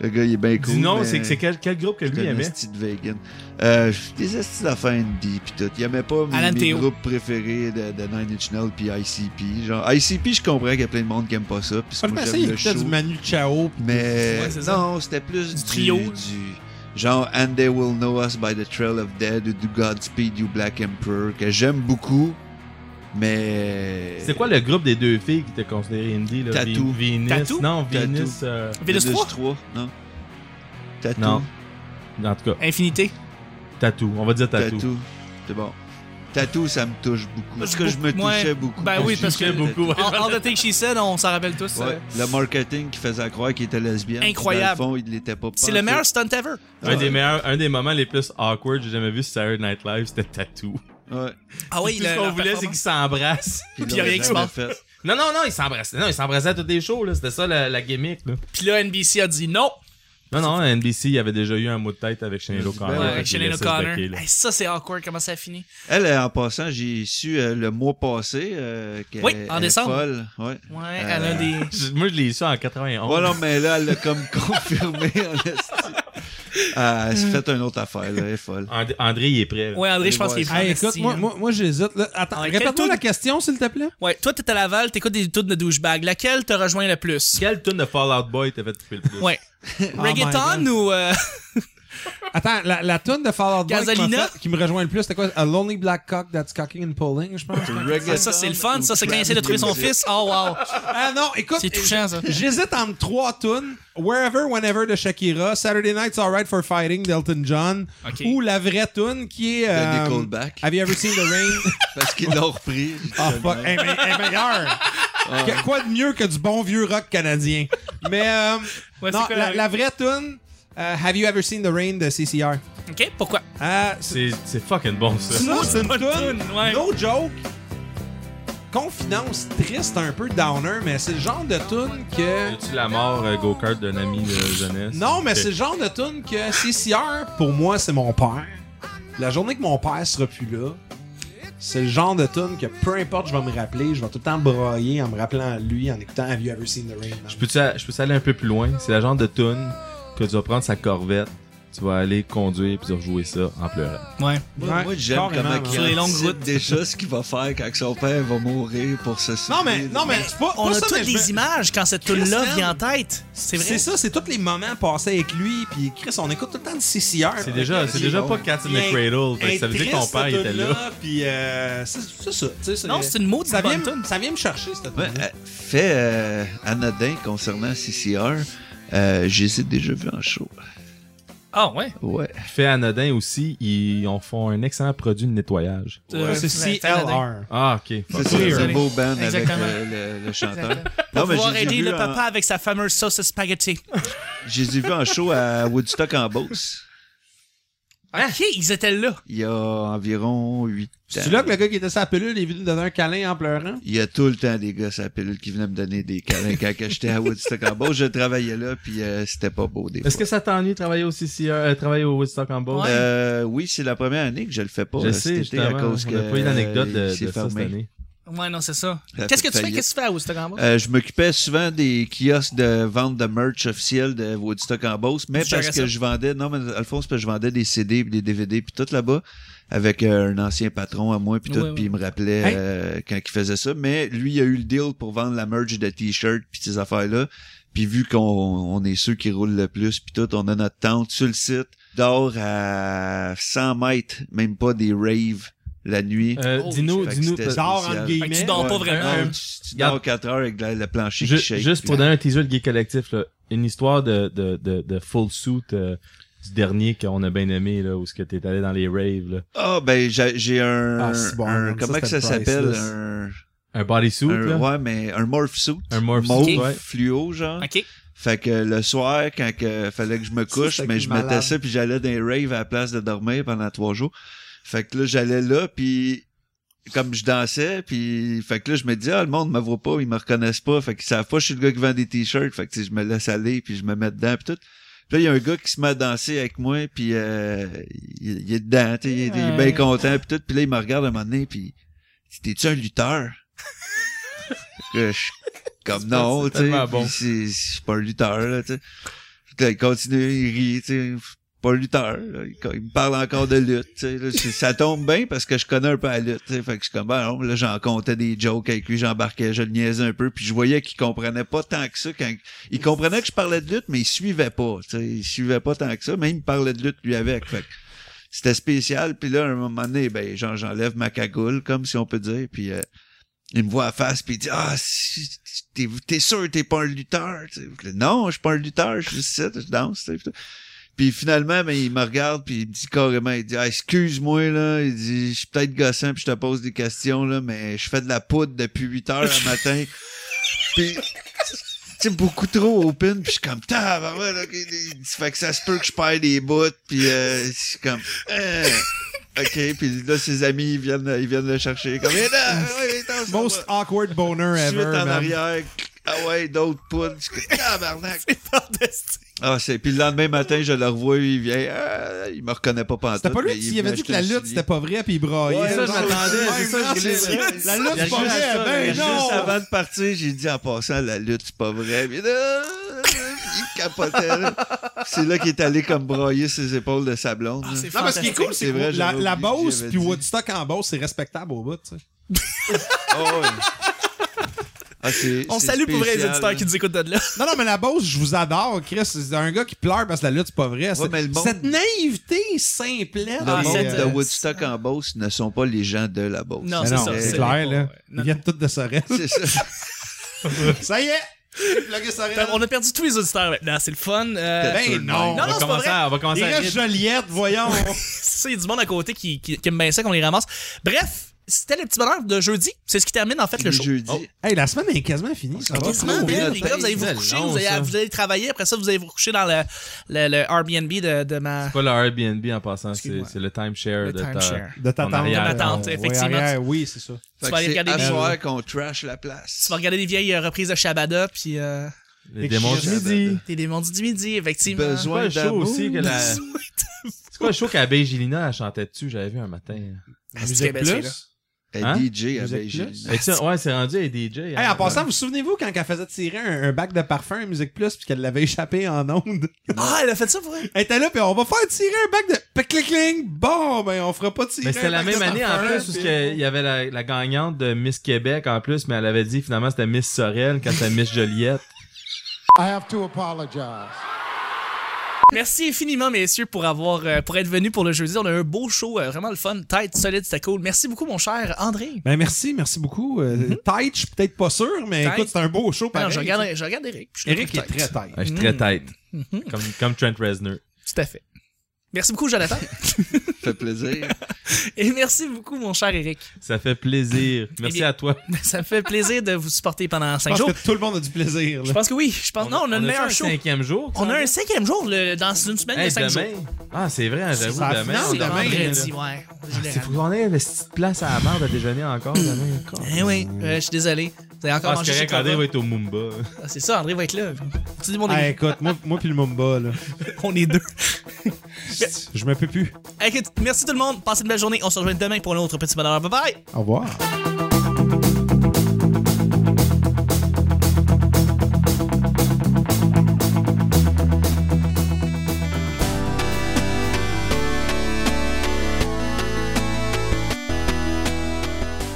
[SPEAKER 4] le gars, il est bien cool.
[SPEAKER 3] Dis non,
[SPEAKER 4] mais
[SPEAKER 3] c'est c'est quel, quel groupe que
[SPEAKER 4] c'est
[SPEAKER 3] lui
[SPEAKER 4] un
[SPEAKER 3] aimait?
[SPEAKER 4] esti de vegan. Euh, des estis d'affaires indie, pis tout. Il aimait pas mes,
[SPEAKER 1] Alan
[SPEAKER 4] mes
[SPEAKER 1] Théo.
[SPEAKER 4] groupes préférés de, de Nine Inch Nails pis ICP. Genre, ICP, je comprends qu'il y a plein de monde qui aime pas ça. Pis
[SPEAKER 2] Je
[SPEAKER 4] moi,
[SPEAKER 2] pensais
[SPEAKER 4] j'aime
[SPEAKER 2] qu'il
[SPEAKER 4] le
[SPEAKER 2] écoutait
[SPEAKER 4] show.
[SPEAKER 2] du Manu Chao. pis-
[SPEAKER 4] Mais
[SPEAKER 1] Ouais, c'est ça.
[SPEAKER 4] non, c'était plus du,
[SPEAKER 1] trio.
[SPEAKER 4] du- genre And They Will Know Us by the Trail of Dead ou du Godspeed You Black Emperor que j'aime beaucoup, mais
[SPEAKER 3] C'est quoi le groupe des deux filles qui étaient considérées indie? Là?
[SPEAKER 4] Tattoo.
[SPEAKER 3] Vi- Venus.
[SPEAKER 1] Tattoo?
[SPEAKER 3] Non,
[SPEAKER 4] Tattoo.
[SPEAKER 3] Venus. euh,
[SPEAKER 1] Venus 3?
[SPEAKER 4] non Tattoo,
[SPEAKER 3] Non. En tout cas,
[SPEAKER 1] Infinité.
[SPEAKER 3] Tattoo. On va dire Tattoo.
[SPEAKER 4] Tattoo, c'est bon. Tattoo, ça me touche beaucoup. Parce que
[SPEAKER 1] Beaucoup-
[SPEAKER 4] je me touchais
[SPEAKER 1] ouais.
[SPEAKER 4] beaucoup.
[SPEAKER 1] Ben oui,
[SPEAKER 4] Je
[SPEAKER 1] parce que-
[SPEAKER 4] touchais
[SPEAKER 3] beaucoup.
[SPEAKER 1] En en the thing she said, on s'en rappelle tous.
[SPEAKER 4] Ouais,
[SPEAKER 1] euh,
[SPEAKER 4] le marketing qui faisait croire qu'il était lesbienne.
[SPEAKER 1] Incroyable.
[SPEAKER 4] Dans le fond, il l'était pas.
[SPEAKER 1] C'est
[SPEAKER 4] pas
[SPEAKER 1] le
[SPEAKER 4] en
[SPEAKER 1] meilleur
[SPEAKER 4] fait.
[SPEAKER 1] stunt ever.
[SPEAKER 3] Un, des meilleurs, un des moments les plus awkward que j'ai jamais vu sur Saturday Night Live, c'était Tattoo.
[SPEAKER 4] Ouais.
[SPEAKER 1] Ah oui,
[SPEAKER 3] Tout
[SPEAKER 1] le-
[SPEAKER 3] ce
[SPEAKER 1] la
[SPEAKER 3] qu'on voulait, c'est qu'ils
[SPEAKER 1] performance.
[SPEAKER 3] s'embrassent.
[SPEAKER 4] Puis
[SPEAKER 1] Puis
[SPEAKER 4] là,
[SPEAKER 1] il y a rien qui se
[SPEAKER 4] l'a
[SPEAKER 1] passe.
[SPEAKER 4] fait.
[SPEAKER 3] Non, non, non, ils s'embrassaient. Non, ils s'embrassaient à toutes les shows, là. C'était ça la, la gimmick, là.
[SPEAKER 1] Puis là, NBC a dit non.
[SPEAKER 3] Non, non, à NBC, il y avait déjà eu un mot de tête avec Shane
[SPEAKER 4] Ben
[SPEAKER 3] O'Connor.
[SPEAKER 4] ouais,
[SPEAKER 1] Ouais,
[SPEAKER 3] Fait
[SPEAKER 1] avec
[SPEAKER 3] qu'il
[SPEAKER 1] Shannon
[SPEAKER 3] laissait se
[SPEAKER 1] O'Connor.
[SPEAKER 3] baquer, là.
[SPEAKER 1] Hey, ça, c'est awkward. Comment ça a fini?
[SPEAKER 4] Elle, euh, en passant, j'ai su euh, le mois passé euh, qu'elle
[SPEAKER 1] Oui, en
[SPEAKER 4] elle est
[SPEAKER 1] décembre.
[SPEAKER 4] folle. Ouais.
[SPEAKER 1] Ouais,
[SPEAKER 4] Euh,
[SPEAKER 1] elle a des...
[SPEAKER 3] Je- Moi, je l'ai su en
[SPEAKER 2] Ah.
[SPEAKER 3] 91.
[SPEAKER 4] Ouais, non, mais là, elle l'a comme confirmé en esti. Ah, Elle s'est fait une autre affaire, là, elle est folle.
[SPEAKER 3] And- André, il est prêt. là.
[SPEAKER 1] Ouais, André, je pense qu'il est
[SPEAKER 2] Hey,
[SPEAKER 1] prêt,
[SPEAKER 2] écoute,
[SPEAKER 1] Ah, merci, hein.
[SPEAKER 2] moi,
[SPEAKER 1] là.
[SPEAKER 2] moi, moi j'hésite. là. Attends,
[SPEAKER 1] Ah, quel
[SPEAKER 2] répète-moi
[SPEAKER 1] taux
[SPEAKER 2] la
[SPEAKER 1] de-
[SPEAKER 2] question, s'il te plaît.
[SPEAKER 1] Ouais, toi, t'es à Laval, t'écoutes des tunes de douchebag. Laquelle te rejoint le plus?
[SPEAKER 3] Quelle tune de Fallout Boy t'a fait triper le plus?
[SPEAKER 1] Ouais.
[SPEAKER 2] my
[SPEAKER 1] Reggaeton ou... euh,
[SPEAKER 2] Attends, la, la toune de Fallout Boy qui m'a
[SPEAKER 1] Gasolina?
[SPEAKER 2] fait- qui me rejoint le plus, c'était quoi? A Lonely Black Cock That's Cocking and Pulling, je pense.
[SPEAKER 1] Ah, ça, c'est le fun. Ça, c'est quand il essaie de trouver son fils. Oh, wow.
[SPEAKER 2] ah non, écoute.
[SPEAKER 1] C'est touchant, ça.
[SPEAKER 2] J'hésite entre trois tunes. Wherever, Whenever de Shakira, Saturday Night's Alright for Fighting d'Elton John,
[SPEAKER 1] Ok.
[SPEAKER 2] ou la vraie tune qui est...
[SPEAKER 4] De
[SPEAKER 2] euh,
[SPEAKER 4] Nickelback.
[SPEAKER 2] Have you ever seen the rain?
[SPEAKER 4] Parce qu'ils l'ont repris.
[SPEAKER 2] Ah, fuck. Elle est me- elle est meilleure. Que- quoi de mieux que du bon vieux rock canadien? Mais, euh,
[SPEAKER 1] Ouais, c'est
[SPEAKER 2] non,
[SPEAKER 1] quoi la-
[SPEAKER 2] la, la vraie tune, euh, Have You Ever Seen the Rain de CCR?
[SPEAKER 1] OK, pourquoi?
[SPEAKER 2] Euh, c'est-
[SPEAKER 3] C'est c'est fucking bon, ça.
[SPEAKER 2] Sinon, c'est une
[SPEAKER 1] bonne
[SPEAKER 2] toune,
[SPEAKER 1] toune, ouais.
[SPEAKER 2] no joke, confidence triste, un peu downer, mais c'est le genre de tune que...
[SPEAKER 3] As-tu la mort euh, go-kart d'un ami de jeunesse?
[SPEAKER 2] Non, mais
[SPEAKER 3] Ok.
[SPEAKER 2] c'est le genre de tune que CCR, pour moi, c'est mon père. La journée que mon père sera plus là, c'est le genre de tune que peu importe, je vais me rappeler, je vais tout le temps brailler en me rappelant à lui, en écoutant Have You Ever Seen the Rain?
[SPEAKER 3] Je peux-tu je peux aller un peu plus loin? C'est la genre de tune que tu vas prendre sa corvette, tu vas aller conduire puis tu vas jouer ça en pleurant.
[SPEAKER 1] Ouais.
[SPEAKER 4] Moi,
[SPEAKER 2] Ouais,
[SPEAKER 4] moi, j'aime
[SPEAKER 2] carrément,
[SPEAKER 4] comment
[SPEAKER 2] ouais.
[SPEAKER 4] il
[SPEAKER 1] Sur les longues
[SPEAKER 4] anticipe
[SPEAKER 1] routes.
[SPEAKER 4] déjà ce qu'il va faire quand son père va mourir pour se
[SPEAKER 2] Non,
[SPEAKER 4] souvenir
[SPEAKER 2] mais,
[SPEAKER 4] de-
[SPEAKER 2] non, mais, c'est pas,
[SPEAKER 1] On
[SPEAKER 2] pas
[SPEAKER 1] a
[SPEAKER 2] ça, mais
[SPEAKER 1] toutes
[SPEAKER 2] je me-
[SPEAKER 1] des images quand cette tune-là
[SPEAKER 2] Christian.
[SPEAKER 1] vient en tête. C'est vrai.
[SPEAKER 2] C'est ça, c'est tous les moments passés avec lui, puis Chris, on écoute tout le temps du CCR.
[SPEAKER 3] C'est déjà, c'est déjà pas Cat in the Cradle, fait que ça veut dire que ton père il était là.
[SPEAKER 2] Puis, euh, c'est c'est ça, tu sais. c'est-
[SPEAKER 1] Non, c'est une maudite
[SPEAKER 2] ça vient,
[SPEAKER 1] bonne tune.
[SPEAKER 2] ça vient me chercher, cette
[SPEAKER 4] Ouais,
[SPEAKER 2] tune.
[SPEAKER 4] euh, fait euh, anodin concernant CCR, euh, je les ai déjà vus en show.
[SPEAKER 1] Ah, ouais.
[SPEAKER 4] Ouais.
[SPEAKER 3] Fait anodin aussi, ils en font un excellent produit de nettoyage.
[SPEAKER 1] Euh,
[SPEAKER 2] c'est
[SPEAKER 1] c'est-
[SPEAKER 2] CLR.
[SPEAKER 3] Ah, ok.
[SPEAKER 4] C'est
[SPEAKER 3] Fuck.
[SPEAKER 4] ça,
[SPEAKER 1] Clear.
[SPEAKER 4] un beau band avec
[SPEAKER 1] Exactement.
[SPEAKER 4] euh, le, le chanteur.
[SPEAKER 1] Exactement.
[SPEAKER 4] Non,
[SPEAKER 1] Pour
[SPEAKER 4] mais
[SPEAKER 1] pouvoir
[SPEAKER 4] je les ai
[SPEAKER 1] aider
[SPEAKER 4] vus
[SPEAKER 1] le
[SPEAKER 4] en-
[SPEAKER 1] papa avec sa fameuse sauce spaghetti.
[SPEAKER 4] Je les ai vus en show à Woodstock en Beauce.
[SPEAKER 2] Hein?
[SPEAKER 1] Ok, ils étaient là.
[SPEAKER 4] Il y a environ 8 ans.
[SPEAKER 2] C'est là que le gars qui était sur la pilule est venu nous donner un câlin en pleurant.
[SPEAKER 4] Il y a tout le temps des gars sur la pilule qui venaient me donner des câlins quand que j'étais à Woodstock en Beauce. Je travaillais là, puis euh, c'était pas beau des
[SPEAKER 3] Est-ce
[SPEAKER 4] fois.
[SPEAKER 3] que ça t'ennuie de travailler au CCR, euh, travailler au Woodstock en bas?
[SPEAKER 1] Ouais.
[SPEAKER 4] Euh, oui, c'est la première année que je le fais pas
[SPEAKER 3] Je
[SPEAKER 4] euh,
[SPEAKER 3] sais,
[SPEAKER 4] cet été à
[SPEAKER 3] justement,
[SPEAKER 4] cause
[SPEAKER 3] on
[SPEAKER 4] que
[SPEAKER 3] n'a pas eu d'anecdote de,
[SPEAKER 4] euh,
[SPEAKER 3] de
[SPEAKER 4] il s'est
[SPEAKER 3] ça cette
[SPEAKER 4] fermé.
[SPEAKER 3] année.
[SPEAKER 1] Ouais, non, c'est ça.
[SPEAKER 4] Ça
[SPEAKER 1] Qu'est-ce que
[SPEAKER 4] fait
[SPEAKER 1] tu fais?
[SPEAKER 4] faillite.
[SPEAKER 1] Qu'est-ce que tu fais à Woodstock-en-Bas?
[SPEAKER 4] Euh, je m'occupais souvent des kiosques de vente de merch officiel de Woodstock en Beauce, mais
[SPEAKER 1] Tu
[SPEAKER 4] parce
[SPEAKER 1] gérais
[SPEAKER 4] que
[SPEAKER 1] ça?
[SPEAKER 4] je vendais, non, mais Alphonse, parce que je vendais des CD puis des DVD puis tout là-bas avec euh, un ancien patron à moi puis tout,
[SPEAKER 1] Ouais, ouais.
[SPEAKER 4] puis il me rappelait
[SPEAKER 2] Hey.
[SPEAKER 4] euh, quand il faisait ça. Mais lui, il a eu le deal pour vendre la merch de t-shirts puis ces affaires-là. Puis vu qu'on on est ceux qui roulent le plus puis tout, on a notre tente sur le site, dort à 100 mètres, même pas des raves la nuit.
[SPEAKER 3] Euh,
[SPEAKER 1] Oh,
[SPEAKER 3] dis-nous,
[SPEAKER 4] fait que
[SPEAKER 3] dis-nous,
[SPEAKER 4] c'était
[SPEAKER 3] euh,
[SPEAKER 2] Dors
[SPEAKER 4] spécial.
[SPEAKER 2] entre
[SPEAKER 1] Fait
[SPEAKER 2] guillemets.
[SPEAKER 1] que tu dors pas
[SPEAKER 4] Ouais.
[SPEAKER 1] vraiment.
[SPEAKER 4] Non,
[SPEAKER 3] Ouais.
[SPEAKER 4] tu, tu
[SPEAKER 3] Regarde.
[SPEAKER 4] dors 4 heures avec la- le plancher
[SPEAKER 3] ju-
[SPEAKER 4] qui shake.
[SPEAKER 3] juste pour
[SPEAKER 4] puis-
[SPEAKER 3] donner un teaser de Gay Collectif, là, une histoire de, de, de, de full suit euh, du dernier qu'on a bien aimé, là, où ce que t'es allé dans les raves, là.
[SPEAKER 4] Ah, ben, j'ai j'ai un,
[SPEAKER 2] Ah, c'est bon,
[SPEAKER 4] un-
[SPEAKER 2] man, ça,
[SPEAKER 4] comment que
[SPEAKER 2] c'était
[SPEAKER 4] ça s'appelle?
[SPEAKER 2] priceless.
[SPEAKER 4] Un,
[SPEAKER 3] Un bodysuit,
[SPEAKER 2] Euh,
[SPEAKER 4] un-
[SPEAKER 3] là.
[SPEAKER 4] ouais, mais un morph suit.
[SPEAKER 3] Un morph
[SPEAKER 4] Mauve
[SPEAKER 3] suit, ouais.
[SPEAKER 4] fluo, genre.
[SPEAKER 1] OK.
[SPEAKER 4] Fait que le soir, quand que fallait que je me couche,
[SPEAKER 2] c'était
[SPEAKER 4] mais je
[SPEAKER 2] malade.
[SPEAKER 4] mettais ça puis j'allais dans les raves à la place de dormir pendant trois jours. Fait que là, j'allais là puis comme je dansais puis fait que là, je me disais, ah, le monde me voit pas, ils me reconnaissent pas. Fait qu'ils savent pas, je suis le gars qui vend des t-shirts. Fait que tu sais, je me laisse aller puis je me mets dedans puis tout. Puis là, il y a un gars qui se met à danser avec moi, puis euh, il, il est dedans, tu sais, il, est- il est bien content, puis tout. Puis là, il me regarde un moment donné, puis « T'es-tu un lutteur? » Là, je suis Comme non, tu sais.
[SPEAKER 3] tellement
[SPEAKER 4] puis
[SPEAKER 3] bon.
[SPEAKER 4] c'est- Je suis pas un lutteur, là, tu sais. Puis là, il continue, il rit, tu sais. Pas un lutteur. là. Il, il me parle encore de lutte, tu sais. Là, c'est- ça tombe bien parce que je connais un peu la lutte, tu sais. Fait que je suis comme, ben non, là, j'en comptais des jokes avec lui, j'embarquais, je le niaisais un peu, puis je voyais qu'il comprenait pas tant que ça quand il comprenait que je parlais de lutte, mais il suivait pas. tu sais, Il suivait pas tant que ça, mais il me parlait de lutte lui avec. Fait que c'était spécial. Puis là, à un moment donné, ben, genre, j'enlève ma cagoule, comme si on peut dire. Puis euh, il me voit à face, puis il dit Ah, si- t'es t'es sûr que t'es pas un lutteur? Tu sais, je dis, non, je suis pas un lutteur, je suis ici, je danse. tu sais, puis tout. Puis finalement, mais il me regarde, puis il me dit carrément, il dit, Ah, excuse-moi, là, il dit, je suis peut-être gossant, puis je te pose des questions, là, mais je fais de la poudre depuis 8 heures le matin. puis tu sais, beaucoup trop open, puis je suis comme, tabarouette, ok, des- fait que ça se peut que je perds des bouts, puis euh, je suis comme, euh, ok, puis là, ses amis, ils viennent, ils viennent le chercher, comme, Eh, non, ouais, attends, ça
[SPEAKER 2] Most
[SPEAKER 4] va.
[SPEAKER 2] awkward boner
[SPEAKER 4] Suite
[SPEAKER 2] ever.
[SPEAKER 4] en
[SPEAKER 2] man.
[SPEAKER 4] arrière, ah ouais, d'autres poudres, je suis comme, tabarnak.
[SPEAKER 1] Oh, Fantastique.
[SPEAKER 4] Ah, c'est, puis le lendemain matin, je le revois, il vient, Ah, il me reconnaît pas pantoute.
[SPEAKER 2] C'était pas
[SPEAKER 4] mais
[SPEAKER 2] lui
[SPEAKER 4] il
[SPEAKER 2] qui avait
[SPEAKER 4] venait
[SPEAKER 2] dit que la
[SPEAKER 4] acheter un
[SPEAKER 2] lutte,
[SPEAKER 4] soulier.
[SPEAKER 2] c'était pas vrai, puis il broyait.
[SPEAKER 4] Ouais,
[SPEAKER 3] ça, je
[SPEAKER 2] Non,
[SPEAKER 3] m'attendais,
[SPEAKER 2] ouais,
[SPEAKER 3] c'est ça,
[SPEAKER 2] non,
[SPEAKER 3] je voulais
[SPEAKER 2] c'est
[SPEAKER 4] dire.
[SPEAKER 2] vrai. La lutte,
[SPEAKER 3] Il y a
[SPEAKER 2] c'est pas
[SPEAKER 3] juste
[SPEAKER 2] vrai.
[SPEAKER 3] ça,
[SPEAKER 2] Ben
[SPEAKER 3] il y a
[SPEAKER 2] non!
[SPEAKER 4] Juste avant de partir, j'ai dit en passant la lutte, c'est pas vrai. Puis là, il capotait. là. C'est là qu'il est allé comme broyer ses épaules de sa blonde. là.
[SPEAKER 2] Non, mais ce qui est cool, Ah, c'est
[SPEAKER 4] C'est
[SPEAKER 2] que la,
[SPEAKER 4] vrai, j'avais
[SPEAKER 2] la
[SPEAKER 4] oublié,
[SPEAKER 2] Beauce
[SPEAKER 4] j'avais
[SPEAKER 2] puis
[SPEAKER 4] dit.
[SPEAKER 2] Woodstock en Beauce, c'est respectable au bout, tu sais.
[SPEAKER 4] Ah ouais. Ah, c'est-
[SPEAKER 1] On
[SPEAKER 4] c'est
[SPEAKER 1] salue pour vrai les
[SPEAKER 4] spécial,
[SPEAKER 1] éditeurs qui
[SPEAKER 4] là.
[SPEAKER 1] nous écoutent de là.
[SPEAKER 2] Non, non, mais la Beauce, je vous adore, Chris. C'est un gars qui pleure parce que la lutte, c'est pas vrai. C'est-
[SPEAKER 4] mais le monde-
[SPEAKER 2] Cette naïveté simplette.
[SPEAKER 4] Le
[SPEAKER 1] Ah,
[SPEAKER 4] monde
[SPEAKER 1] cette-
[SPEAKER 4] de Woodstock en Beauce ne sont pas les gens de la Beauce.
[SPEAKER 1] Non,
[SPEAKER 2] Mais
[SPEAKER 1] c'est
[SPEAKER 2] non,
[SPEAKER 1] ça.
[SPEAKER 2] c'est
[SPEAKER 1] c'est
[SPEAKER 2] clair,
[SPEAKER 1] pas-
[SPEAKER 2] là.
[SPEAKER 1] ouais.
[SPEAKER 2] Ils viennent tous de Sorel.
[SPEAKER 4] C'est ça.
[SPEAKER 2] ça y est! J'ai plugué Sorel.
[SPEAKER 1] Fait- On a perdu tous les auditeurs maintenant, c'est le fun. Euh,
[SPEAKER 2] Ben
[SPEAKER 1] Non,
[SPEAKER 2] non!
[SPEAKER 3] On va
[SPEAKER 1] c'est pas
[SPEAKER 3] commencer
[SPEAKER 1] vrai.
[SPEAKER 3] à- on va
[SPEAKER 2] Il
[SPEAKER 3] commencer à
[SPEAKER 2] reste
[SPEAKER 3] rire.
[SPEAKER 2] Joliette, voyons!
[SPEAKER 1] ça, il y a du monde à côté qui, qui, qui aime bien ça qu'on les ramasse. Bref, c'était le petit bonheur de jeudi. C'est ce qui termine en fait le show. Ah,
[SPEAKER 4] jeudi.
[SPEAKER 2] hey, la semaine est quasiment finie, ça va.
[SPEAKER 1] Quasiment, man,
[SPEAKER 4] trop bien, hein.
[SPEAKER 1] les gars, vous allez vous
[SPEAKER 3] c'est
[SPEAKER 1] coucher,
[SPEAKER 3] long,
[SPEAKER 1] vous allez,
[SPEAKER 3] ça.
[SPEAKER 1] vous allez travailler, après ça, vous allez vous coucher dans le, le, le Airbnb de, de ma.
[SPEAKER 3] Pas le Airbnb en passant, c'est
[SPEAKER 1] Excuse-moi.
[SPEAKER 3] c'est le timeshare
[SPEAKER 1] Le
[SPEAKER 3] de ta...
[SPEAKER 1] timeshare.
[SPEAKER 2] De ta
[SPEAKER 3] En
[SPEAKER 2] tante. euh,
[SPEAKER 3] arrière.
[SPEAKER 1] De ma tante,
[SPEAKER 2] Ouais,
[SPEAKER 1] effectivement.
[SPEAKER 2] arrière, oui, c'est ça.
[SPEAKER 1] Tu
[SPEAKER 4] Fait
[SPEAKER 1] vas aller
[SPEAKER 4] que c'est
[SPEAKER 1] regarder
[SPEAKER 4] à
[SPEAKER 1] des-
[SPEAKER 4] soir qu'on trash la place.
[SPEAKER 1] Tu vas regarder des vieilles euh, reprises de Shabada, puis euh,
[SPEAKER 3] Les démons du
[SPEAKER 2] Écrire ça,
[SPEAKER 3] midi.
[SPEAKER 4] ben,
[SPEAKER 1] t'es des mondis du midi, effectivement.
[SPEAKER 3] C'est
[SPEAKER 4] Besoin
[SPEAKER 3] quoi le show
[SPEAKER 4] d'amour.
[SPEAKER 3] aussi que la... C'est quoi le show qu'Abbé Gélina elle chantait dessus, j'avais vu un matin.
[SPEAKER 1] Ah, c'est
[SPEAKER 2] Musique
[SPEAKER 1] Québec, c'est là.
[SPEAKER 4] Elle
[SPEAKER 3] Hein?
[SPEAKER 4] DJ
[SPEAKER 2] Vous êtes
[SPEAKER 4] avec
[SPEAKER 2] plus?
[SPEAKER 4] Gilles.
[SPEAKER 3] Fait que ça, ouais, c'est rendu à DJ.
[SPEAKER 2] Hey, en passant, vous vous souvenez-vous quand elle faisait tirer un, un bac de parfum à Musique Plus puis qu'elle l'avait échappé en onde?
[SPEAKER 1] Ah, elle a fait ça pour elle.
[SPEAKER 2] Elle était là, puis on va faire tirer un bac de... Pic, clic, cling! Bon, ben on fera pas tirer
[SPEAKER 3] Mais c'était
[SPEAKER 2] un
[SPEAKER 3] la
[SPEAKER 2] bac
[SPEAKER 3] même
[SPEAKER 2] de
[SPEAKER 3] année en
[SPEAKER 2] parfum,
[SPEAKER 3] plus
[SPEAKER 2] puis-
[SPEAKER 3] où ce que il y avait la, la gagnante de Miss Québec en plus, mais elle avait dit finalement c'était Miss Sorel quand c'était Miss Joliette.
[SPEAKER 5] I have to apologize.
[SPEAKER 1] Merci infiniment, messieurs, pour avoir euh, pour être venus pour le jeudi. On a eu un beau show, euh, vraiment le fun. Tête solide, c'était cool. Merci beaucoup, mon cher André.
[SPEAKER 2] Ben merci, merci beaucoup. Euh,
[SPEAKER 3] Mm-hmm.
[SPEAKER 2] Tight, je suis peut-être pas sûr, mais
[SPEAKER 1] Tight.
[SPEAKER 2] écoute, c'est un beau show
[SPEAKER 1] Non,
[SPEAKER 2] pareil.
[SPEAKER 1] je regarde, je regarde Eric. puis je le
[SPEAKER 2] Eric est
[SPEAKER 1] trouve
[SPEAKER 2] très
[SPEAKER 1] tête.
[SPEAKER 2] tight.
[SPEAKER 3] Mm-hmm. Ouais, je suis très tête. Comme, comme Trent Reznor.
[SPEAKER 1] Tout à fait. Merci beaucoup, Jonathan.
[SPEAKER 4] fait plaisir.
[SPEAKER 1] Et merci beaucoup, mon cher Eric.
[SPEAKER 3] Ça fait plaisir. Merci
[SPEAKER 1] Eh bien-
[SPEAKER 3] à toi.
[SPEAKER 1] Ça me fait plaisir de vous supporter pendant
[SPEAKER 2] Je
[SPEAKER 1] cinq
[SPEAKER 2] pense
[SPEAKER 1] jours.
[SPEAKER 2] que tout le monde a du plaisir. là.
[SPEAKER 1] Je pense que oui. Je pense... non, on a le
[SPEAKER 3] a-tu
[SPEAKER 1] meilleur
[SPEAKER 3] un
[SPEAKER 1] show.
[SPEAKER 3] cinquième jour.
[SPEAKER 1] On a un cinquième jour le- dans une semaine de
[SPEAKER 3] Hey,
[SPEAKER 1] cinq
[SPEAKER 3] demain.
[SPEAKER 1] jours.
[SPEAKER 3] Ah, c'est vrai, j'avoue,
[SPEAKER 2] Ça
[SPEAKER 3] demain.
[SPEAKER 2] finale,
[SPEAKER 1] C'est
[SPEAKER 2] demain,
[SPEAKER 1] vendredi,
[SPEAKER 3] là.
[SPEAKER 1] ouais.
[SPEAKER 3] C'est pour qu'on ait une petite place à la barre de déjeuner encore demain. encore.
[SPEAKER 1] Eh oui, euh, je suis désolé. Vous avez encore
[SPEAKER 3] Ah,
[SPEAKER 1] mangé
[SPEAKER 3] c'est
[SPEAKER 1] chez
[SPEAKER 3] correct,
[SPEAKER 1] Cobra.
[SPEAKER 3] André va être au Mumba.
[SPEAKER 1] Ah, C'est ça, André va être là. Tu dis mon
[SPEAKER 2] Ah,
[SPEAKER 1] ami.
[SPEAKER 2] écoute, moi, moi puis le Mumba, là.
[SPEAKER 1] On est deux.
[SPEAKER 2] Je me peux plus.
[SPEAKER 1] Écoute, merci tout le monde. Passez une belle journée. On se rejoint demain pour un autre petit bonheur. Bye bye.
[SPEAKER 2] Au revoir.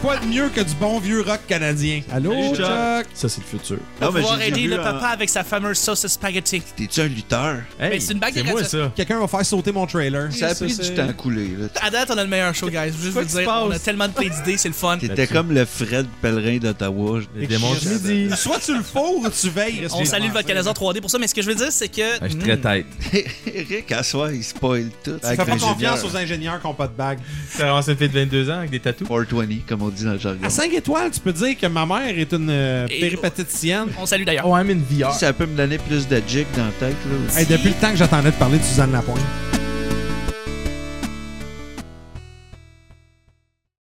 [SPEAKER 2] Quoi de mieux que du bon vieux rock canadien? Allô,
[SPEAKER 3] Salut, Chuck.
[SPEAKER 2] Chuck?
[SPEAKER 3] Ça, c'est le futur.
[SPEAKER 1] On
[SPEAKER 4] Non,
[SPEAKER 1] va
[SPEAKER 4] mais
[SPEAKER 1] pouvoir
[SPEAKER 4] j'ai
[SPEAKER 1] aider
[SPEAKER 4] vu
[SPEAKER 1] le
[SPEAKER 4] un-
[SPEAKER 1] papa avec sa fameuse sauce spaghetti.
[SPEAKER 4] T'es-tu un lutteur?
[SPEAKER 1] Mais c'est une bague de
[SPEAKER 3] moi,
[SPEAKER 1] radio-
[SPEAKER 3] ça.
[SPEAKER 2] Quelqu'un va faire sauter mon trailer.
[SPEAKER 4] Ça a
[SPEAKER 3] ça,
[SPEAKER 4] pris
[SPEAKER 3] c'est-
[SPEAKER 4] du temps à couler. là.
[SPEAKER 1] À date, on a le meilleur show, guys. Je veux juste
[SPEAKER 3] Quoi
[SPEAKER 1] vous
[SPEAKER 3] qui se
[SPEAKER 1] dire,
[SPEAKER 3] passe?
[SPEAKER 1] on a tellement de plein d'idées, c'est le fun.
[SPEAKER 4] T'étais
[SPEAKER 3] Là-dessus.
[SPEAKER 4] comme le Fred Pellerin d'Ottawa.
[SPEAKER 3] Les démons du midi.
[SPEAKER 2] Soit tu le fous ou tu veilles.
[SPEAKER 1] On salue le Volcanator 3D pour ça, mais ce que je veux dire, c'est que.
[SPEAKER 3] Ah, je suis très tête.
[SPEAKER 4] Eric, à soi, il spoil tout.
[SPEAKER 2] Fais
[SPEAKER 4] avec
[SPEAKER 2] pas
[SPEAKER 4] l'ingénieur.
[SPEAKER 2] confiance aux ingénieurs qui n'ont pas de bague.
[SPEAKER 3] Ça a fait 22 ans avec des tatous.
[SPEAKER 4] 420, comme on dit dans le jargon.
[SPEAKER 2] À 5 étoiles, tu peux dire que ma mère est une euh,
[SPEAKER 1] Et-
[SPEAKER 2] péripatéticienne.
[SPEAKER 1] On salue d'ailleurs.
[SPEAKER 3] Oh, I'm in VR.
[SPEAKER 4] Ça peut me donner plus de jig dans la tête. Là, aussi.
[SPEAKER 2] Hey, depuis le temps que j'attendais de parler de Suzanne Lapointe.